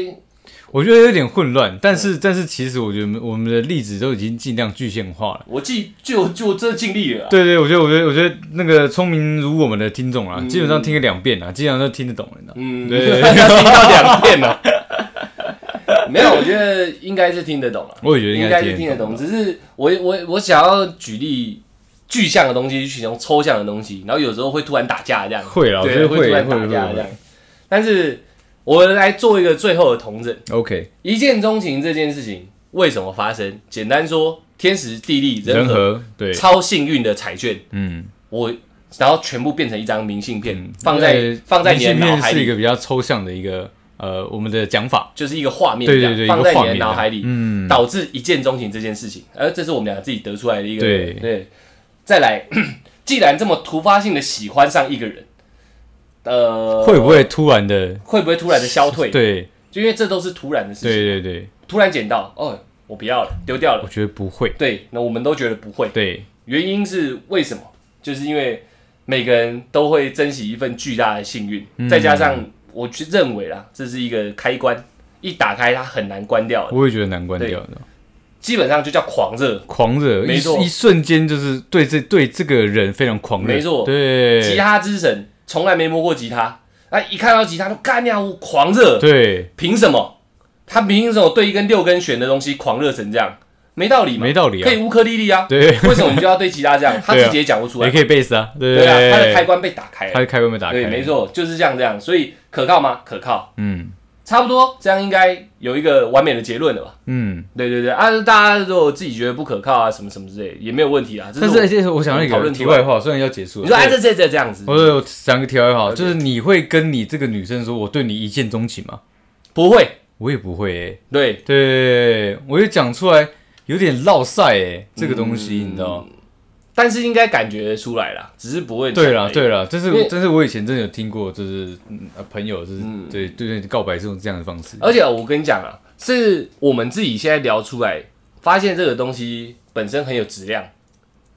Speaker 2: 我觉得有点混乱，但是
Speaker 1: 嗯
Speaker 2: 但是其实我觉得我们的例子都已经尽量具象化了。
Speaker 1: 我记就就这尽力了啊。
Speaker 2: 对对，我觉得，我觉得，我觉得那个聪明如我们的听众啊，
Speaker 1: 嗯
Speaker 2: 基本上听个两遍啊，基本上都听得懂了，你知道吗
Speaker 1: 嗯，
Speaker 2: 对
Speaker 1: (laughs) 听到两遍了。没有，我觉得应该是听得懂了。
Speaker 2: 我也觉得
Speaker 1: 应
Speaker 2: 该
Speaker 1: 该是听得
Speaker 2: 懂
Speaker 1: 懂，。只是我我我想要举例具象的东西去形容抽象的东西，然后有时候会突然打架这样，
Speaker 2: 会啦我觉
Speaker 1: 对，
Speaker 2: 得
Speaker 1: 会
Speaker 2: 会
Speaker 1: 突然
Speaker 2: 会
Speaker 1: 打架
Speaker 2: 会
Speaker 1: 这样。但是我来做一个最后的同整，
Speaker 2: OK，
Speaker 1: 一见钟情这件事情为什么发生？简单说，天时地利人
Speaker 2: 人
Speaker 1: 和，
Speaker 2: 和对，
Speaker 1: 超幸运的彩券，
Speaker 2: 嗯，
Speaker 1: 我然后全部变成一张明信片，放在
Speaker 2: 呃
Speaker 1: 放在你的
Speaker 2: 明信
Speaker 1: 脑
Speaker 2: 片
Speaker 1: 海
Speaker 2: 是一
Speaker 1: 里，
Speaker 2: 个比较抽象的一个呃我们的讲法，
Speaker 1: 就是一个画面，
Speaker 2: 对对对，一
Speaker 1: 放
Speaker 2: 个
Speaker 1: 在
Speaker 2: 画
Speaker 1: 你的
Speaker 2: 面
Speaker 1: 脑海里，
Speaker 2: 嗯，
Speaker 1: 导致一见钟情这件事情，而这是我们俩自己得出来的一个
Speaker 2: 对
Speaker 1: 再来， (clears throat) 既然这么突发性的喜欢上一个人，呃，
Speaker 2: 会不会突然的
Speaker 1: 会不会突然的消退？，
Speaker 2: 对
Speaker 1: 就因为这都是突然的事情，
Speaker 2: 对对对，
Speaker 1: 突然捡到，哦，我不要了，丢掉
Speaker 2: 我
Speaker 1: 了。
Speaker 2: 觉得不会，
Speaker 1: 对，那我们都觉得不会，
Speaker 2: 对
Speaker 1: 原因是为什么？就是因为每个人都会珍惜一份巨大的幸运，
Speaker 2: 嗯
Speaker 1: 再加上我去认为啦，这是一个开关，一打开它很难关掉的，
Speaker 2: 我也觉得难关
Speaker 1: 对
Speaker 2: 掉的，
Speaker 1: 基本上就叫狂热，
Speaker 2: 狂热，一
Speaker 1: 没错
Speaker 2: 一瞬间就是对这对这个人非常狂热，
Speaker 1: 没错吉
Speaker 2: 对
Speaker 1: 他之神，从来没摸过吉他，啊，一看到吉他就干呀，我狂热，
Speaker 2: 对
Speaker 1: 凭什么？他凭什么对一根六根弦的东西狂热成这样？没道理嘛，
Speaker 2: 没道理啊
Speaker 1: 可以乌克丽丽啊，
Speaker 2: 对
Speaker 1: 为什么我们就要对吉他这样？
Speaker 2: (laughs)
Speaker 1: 他
Speaker 2: 对啊
Speaker 1: 自己也讲不出来
Speaker 2: 也，可以贝斯啊，对
Speaker 1: 对
Speaker 2: 对
Speaker 1: 啊，他的开关被打开
Speaker 2: 他
Speaker 1: 了，
Speaker 2: 的开关被打开，
Speaker 1: 对，没，错，就是这样这样，所以可靠吗？可靠，
Speaker 2: 嗯
Speaker 1: 差不多，这样应该有一个完美的结论了吧？
Speaker 2: 嗯。
Speaker 1: 对对对，啊，大家如果自己觉得不可靠啊，什么什么之类，也没有问题啊。这
Speaker 2: 但
Speaker 1: 我
Speaker 2: 是而且我想到一
Speaker 1: 讨
Speaker 2: 个
Speaker 1: 论
Speaker 2: 题
Speaker 1: 题外
Speaker 2: 外话，虽然要结束了，
Speaker 1: 你说哎，
Speaker 2: 对
Speaker 1: 这这这这样子，
Speaker 2: 我我讲个题外话，就是你会跟你这个女生说我对你一见钟情吗？
Speaker 1: 不会，
Speaker 2: 我也不会、欸，
Speaker 1: 对，
Speaker 2: 对我就讲出来有点落塞哎，这个东西、
Speaker 1: 嗯
Speaker 2: 你知道？
Speaker 1: 但是应该感觉得出来啦，只是不会。
Speaker 2: 对啦，，对啦，但是
Speaker 1: 因为
Speaker 2: 但是我以前真的有听过，就是、嗯呃朋友就是、对对对告白是用这样的方式，
Speaker 1: 而且我跟你讲啊，是我们自己现在聊出来，发现这个东西本身很有质量，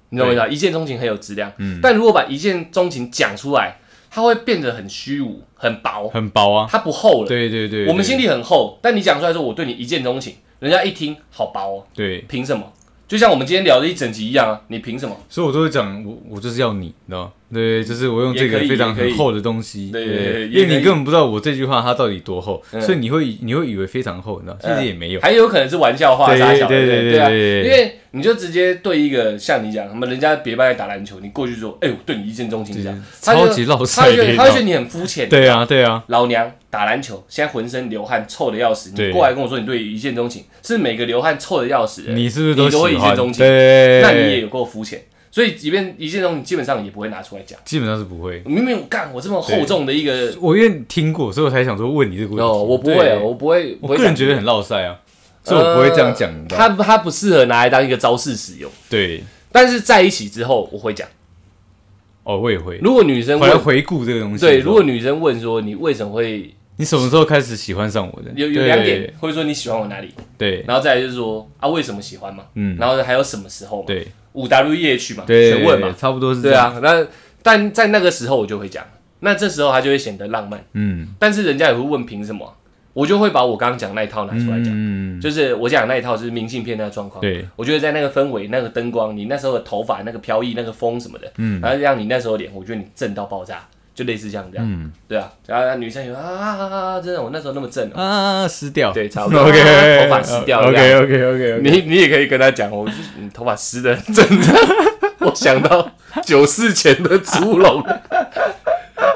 Speaker 1: 你懂我意思吧？一见钟情很有质量，
Speaker 2: 嗯
Speaker 1: 但如果把一见钟情讲出来，它会变得很虚无、很薄，
Speaker 2: 很薄啊。
Speaker 1: 它不厚了。
Speaker 2: 对对对，
Speaker 1: 我们心
Speaker 2: 里
Speaker 1: 里很厚，但你讲出来说我对你一见钟情，人家一听好薄哦，
Speaker 2: 对，
Speaker 1: 凭什么？就像我们今天聊的一整集一样啊，你凭什么？
Speaker 2: 所以我都会讲我我就是要你，你知道吗？对，就是我用这个
Speaker 1: 也可以
Speaker 2: 非常
Speaker 1: 也可以
Speaker 2: 很厚的东西，
Speaker 1: 对对对也
Speaker 2: 因
Speaker 1: 可
Speaker 2: 为
Speaker 1: 以嗯
Speaker 2: 你根本不知道我这句话它到底多厚，所以你会你会以为非常厚，你知道，其实也没有。
Speaker 1: 还有可能是玩笑话
Speaker 2: 对
Speaker 1: 撒小的，
Speaker 2: 对对
Speaker 1: 对
Speaker 2: 对
Speaker 1: 啊，
Speaker 2: 对
Speaker 1: 因为你就直接对一个像你讲什么人家别班在打篮球，你过去说，哎、我对你一见钟情这样，
Speaker 2: 对
Speaker 1: 他就
Speaker 2: 超级落
Speaker 1: 他
Speaker 2: 塞
Speaker 1: 就觉
Speaker 2: 的
Speaker 1: 得他就觉得你很肤浅，
Speaker 2: 对啊，对啊，
Speaker 1: 老娘打篮球，现在浑身流汗，臭的要死，
Speaker 2: 对
Speaker 1: 你过来跟我说你对一见钟情，是每个流汗臭的要死的人，
Speaker 2: 你是不是
Speaker 1: 你都会
Speaker 2: 喜
Speaker 1: 一
Speaker 2: 欢
Speaker 1: 见？钟情？
Speaker 2: 对，
Speaker 1: 那你也有够肤浅，所以即便一见钟情，基本上也不会拿出来讲。
Speaker 2: 基本上是不会。
Speaker 1: 明明我干我这么厚重的一个，
Speaker 2: 我因为听过，所以我才想说问你这个问题。
Speaker 1: 哦，我不会
Speaker 2: 对
Speaker 1: 啊，我不会，不
Speaker 2: 我
Speaker 1: 会
Speaker 2: 个人
Speaker 1: 讲呃
Speaker 2: 觉得很落塞啊，所以我不会这样讲。你知道吗
Speaker 1: 它它不适合拿来当一个招式使用。
Speaker 2: 对，
Speaker 1: 但是在一起之后，我会讲。
Speaker 2: 哦，我也会。
Speaker 1: 如果女生
Speaker 2: 我来
Speaker 1: 问，
Speaker 2: 回顾这个东西。
Speaker 1: 对，
Speaker 2: 你知道
Speaker 1: 如果
Speaker 2: 吗
Speaker 1: 女生问说你为什么会
Speaker 2: 你什么时候开始喜欢上我的？
Speaker 1: 有有
Speaker 2: 对
Speaker 1: 两点，，或者说你喜欢我哪里，
Speaker 2: 对
Speaker 1: 然后再来就是说啊为什么喜欢嘛，
Speaker 2: 嗯
Speaker 1: 然后还有什么时候嘛，
Speaker 2: 对
Speaker 1: 五 W E H 嘛，
Speaker 2: 对，
Speaker 1: 全问嘛，
Speaker 2: 差不多是这
Speaker 1: 对
Speaker 2: 样。
Speaker 1: 啊，那但在那个时候我就会讲，那这时候他就会显得浪漫，
Speaker 2: 嗯
Speaker 1: 但是人家也会问凭什么啊，我就会把我刚刚讲那一套拿出来讲，
Speaker 2: 嗯，
Speaker 1: 就是我讲的那一套就是明信片那个状况，
Speaker 2: 对，
Speaker 1: 我觉得在那个氛围、那个灯光、你那时候的头发、那个飘逸、那个风什么的，嗯，然后让你那时候的脸，我觉得你正到爆炸，就类似这样这样，
Speaker 2: 嗯
Speaker 1: 对啊，然后女生也说啊啊啊啊，真的，我那时候那么正、哦， (laughs)
Speaker 2: 啊，湿掉。
Speaker 1: 对差不多
Speaker 2: (laughs) OK，
Speaker 1: 头发湿掉了
Speaker 2: OK OK OK OK。
Speaker 1: (laughs) 你你也可以跟她讲，我就是你头发湿的很正 (laughs) 常，我想到九四前的猪 (laughs) 笼，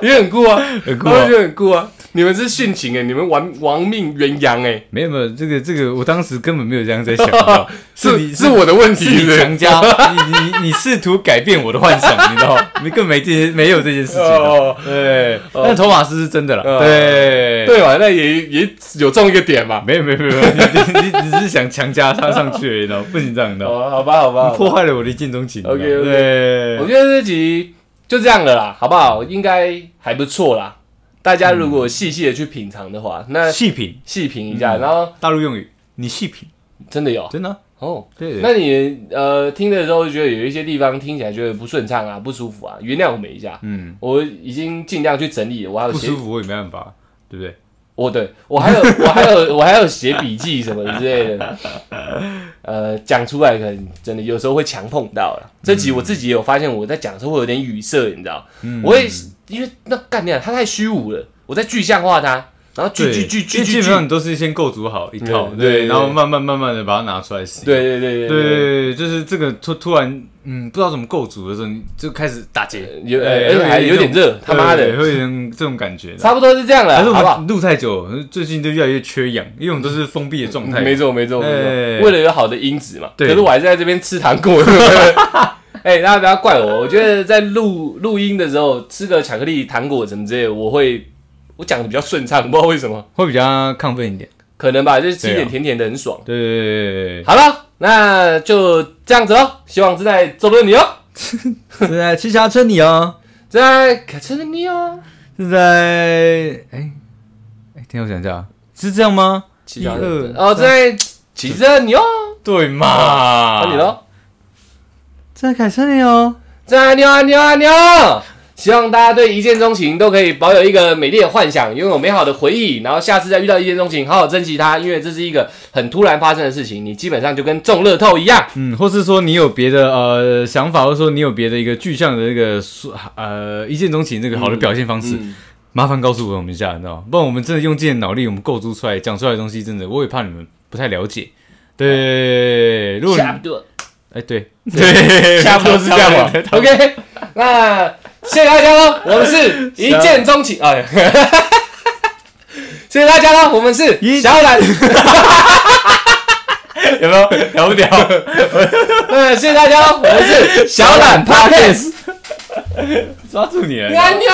Speaker 1: 也很酷啊，
Speaker 2: 很酷
Speaker 1: 他
Speaker 2: 啊
Speaker 1: 们就很酷啊，你们是殉情哎，你们玩亡命鸳鸯哎，
Speaker 2: 没有没有，这个这个，我当时根本没有这样在想，你知道吗是你
Speaker 1: (laughs) 是是我的问题
Speaker 2: 是
Speaker 1: 不
Speaker 2: 你强加， (laughs) 你你你试图改变我的幻想，你知道吗？ (laughs) 你更没这些没有这件事情的。
Speaker 1: 哦，
Speaker 2: 对，但头发丝是真的啦。
Speaker 1: 哦
Speaker 2: 对，
Speaker 1: 对嘛，那也也有中一个点嘛，
Speaker 2: 没有没有没有，没有你你你只是想强加它上去而已，你知道吗不行这样的，
Speaker 1: 哦，好吧好吧，好吧
Speaker 2: 破坏了我的一见钟情。你知道吗
Speaker 1: OK，OK
Speaker 2: 对
Speaker 1: 我，觉得这集就这样了啦，好不好？应该还不错啦。大家如果细细的去品尝的话，那
Speaker 2: 细品，
Speaker 1: 细品一下，
Speaker 2: 嗯
Speaker 1: 然后
Speaker 2: 大陆用语，你细品，
Speaker 1: 真的有
Speaker 2: 真的啊。
Speaker 1: 哦。
Speaker 2: 对，
Speaker 1: 那你呃听的时候就觉得有一些地方听起来觉得不顺畅啊、不舒服啊，原谅我们一下。
Speaker 2: 嗯，
Speaker 1: 我已经尽量去整理了，我还有
Speaker 2: 不
Speaker 1: 写
Speaker 2: 舒，服我也没办法，对不对？
Speaker 1: 我哦对我
Speaker 2: (laughs)
Speaker 1: 还有我还有我还有写笔记什么之类的，呃，讲出来可能真的有时候会强碰到了。这集
Speaker 2: 嗯
Speaker 1: 我自己也有发现，我在讲的时候会有点语塞，你知道？我会因为那干掉它太虚无了，我在具象化它，然后具
Speaker 2: 对
Speaker 1: 具具
Speaker 2: 因
Speaker 1: 具具
Speaker 2: 为基
Speaker 1: 具
Speaker 2: 本，上你都是先构筑好一套，
Speaker 1: 对
Speaker 2: 对，
Speaker 1: 对
Speaker 2: 然后慢慢慢慢的把它拿出来使用。
Speaker 1: 对对对
Speaker 2: 对
Speaker 1: 对。
Speaker 2: 对，对就是这个突突然，嗯，不知道怎么构筑的时候，你就开始打结，
Speaker 1: 有，
Speaker 2: 哎
Speaker 1: 而且还有点热，他妈
Speaker 2: 对
Speaker 1: 的，
Speaker 2: 会有点这种感觉。
Speaker 1: 差不多是这样了，
Speaker 2: 还是我
Speaker 1: 好不好？
Speaker 2: 们录太久，最近都越来越缺氧，因为我们都是封闭的状态。
Speaker 1: 没错，没错，没错
Speaker 2: 哎。
Speaker 1: 为了有好的音质嘛，
Speaker 2: 对
Speaker 1: 可是我还是在这边吃糖果。对 (laughs) 不对哎，大家不要怪我，我觉得在录录音的时候吃个巧克力、糖果什么之类的，我会我讲的比较顺畅，不知道为什么，
Speaker 2: 会比较亢奋一点。
Speaker 1: 可能吧，就是吃一
Speaker 2: 对
Speaker 1: 点
Speaker 2: 啊
Speaker 1: 甜甜的，很爽。
Speaker 2: 对对对对
Speaker 1: 好了，那就这样子喽，希望正在走的你哦，
Speaker 2: 对，是在骑小车你哦，
Speaker 1: 正在开车的你哦，
Speaker 2: 是在哎哎，听我讲一下啊，是这样吗？
Speaker 1: 骑脚踏
Speaker 2: 一
Speaker 1: 车
Speaker 2: 二
Speaker 1: 哦，正在骑着你哦，
Speaker 2: 对嘛？
Speaker 1: 那你喽。
Speaker 2: 在凯车你哦，
Speaker 1: 赞啊牛啊牛啊牛！希望大家对一见钟情都可以保有一个美丽的幻想，拥有美好的回忆，然后下次再遇到一见钟情，好好珍惜它，因为这是一个很突然发生的事情，你基本上就跟中乐透一样。
Speaker 2: 嗯，或是说你有别的呃想法，或者说你有别的一个具象的那个说呃一见钟情这个好的表现方式，麻烦告诉我们一下，你知道吗？不然我们真的用尽脑力，我们构筑出来讲出来的东西，真的我也怕你们不太了解。 (laughs) 对，如果你
Speaker 1: 差不多，
Speaker 2: 哎 (laughs) 对对，
Speaker 1: 差不多是这样嘛
Speaker 2: 差不多
Speaker 1: OK，那谢谢大家喽，我们是一见钟情，哎，谢谢大家喽，我们是
Speaker 2: 一
Speaker 1: 小冉， (laughs)
Speaker 2: 有没有屌不屌？
Speaker 1: 嗯，谢谢大家喽，我们是
Speaker 2: (laughs) 小懒
Speaker 1: Podcast，啊
Speaker 2: 抓住你了，
Speaker 1: 安妞。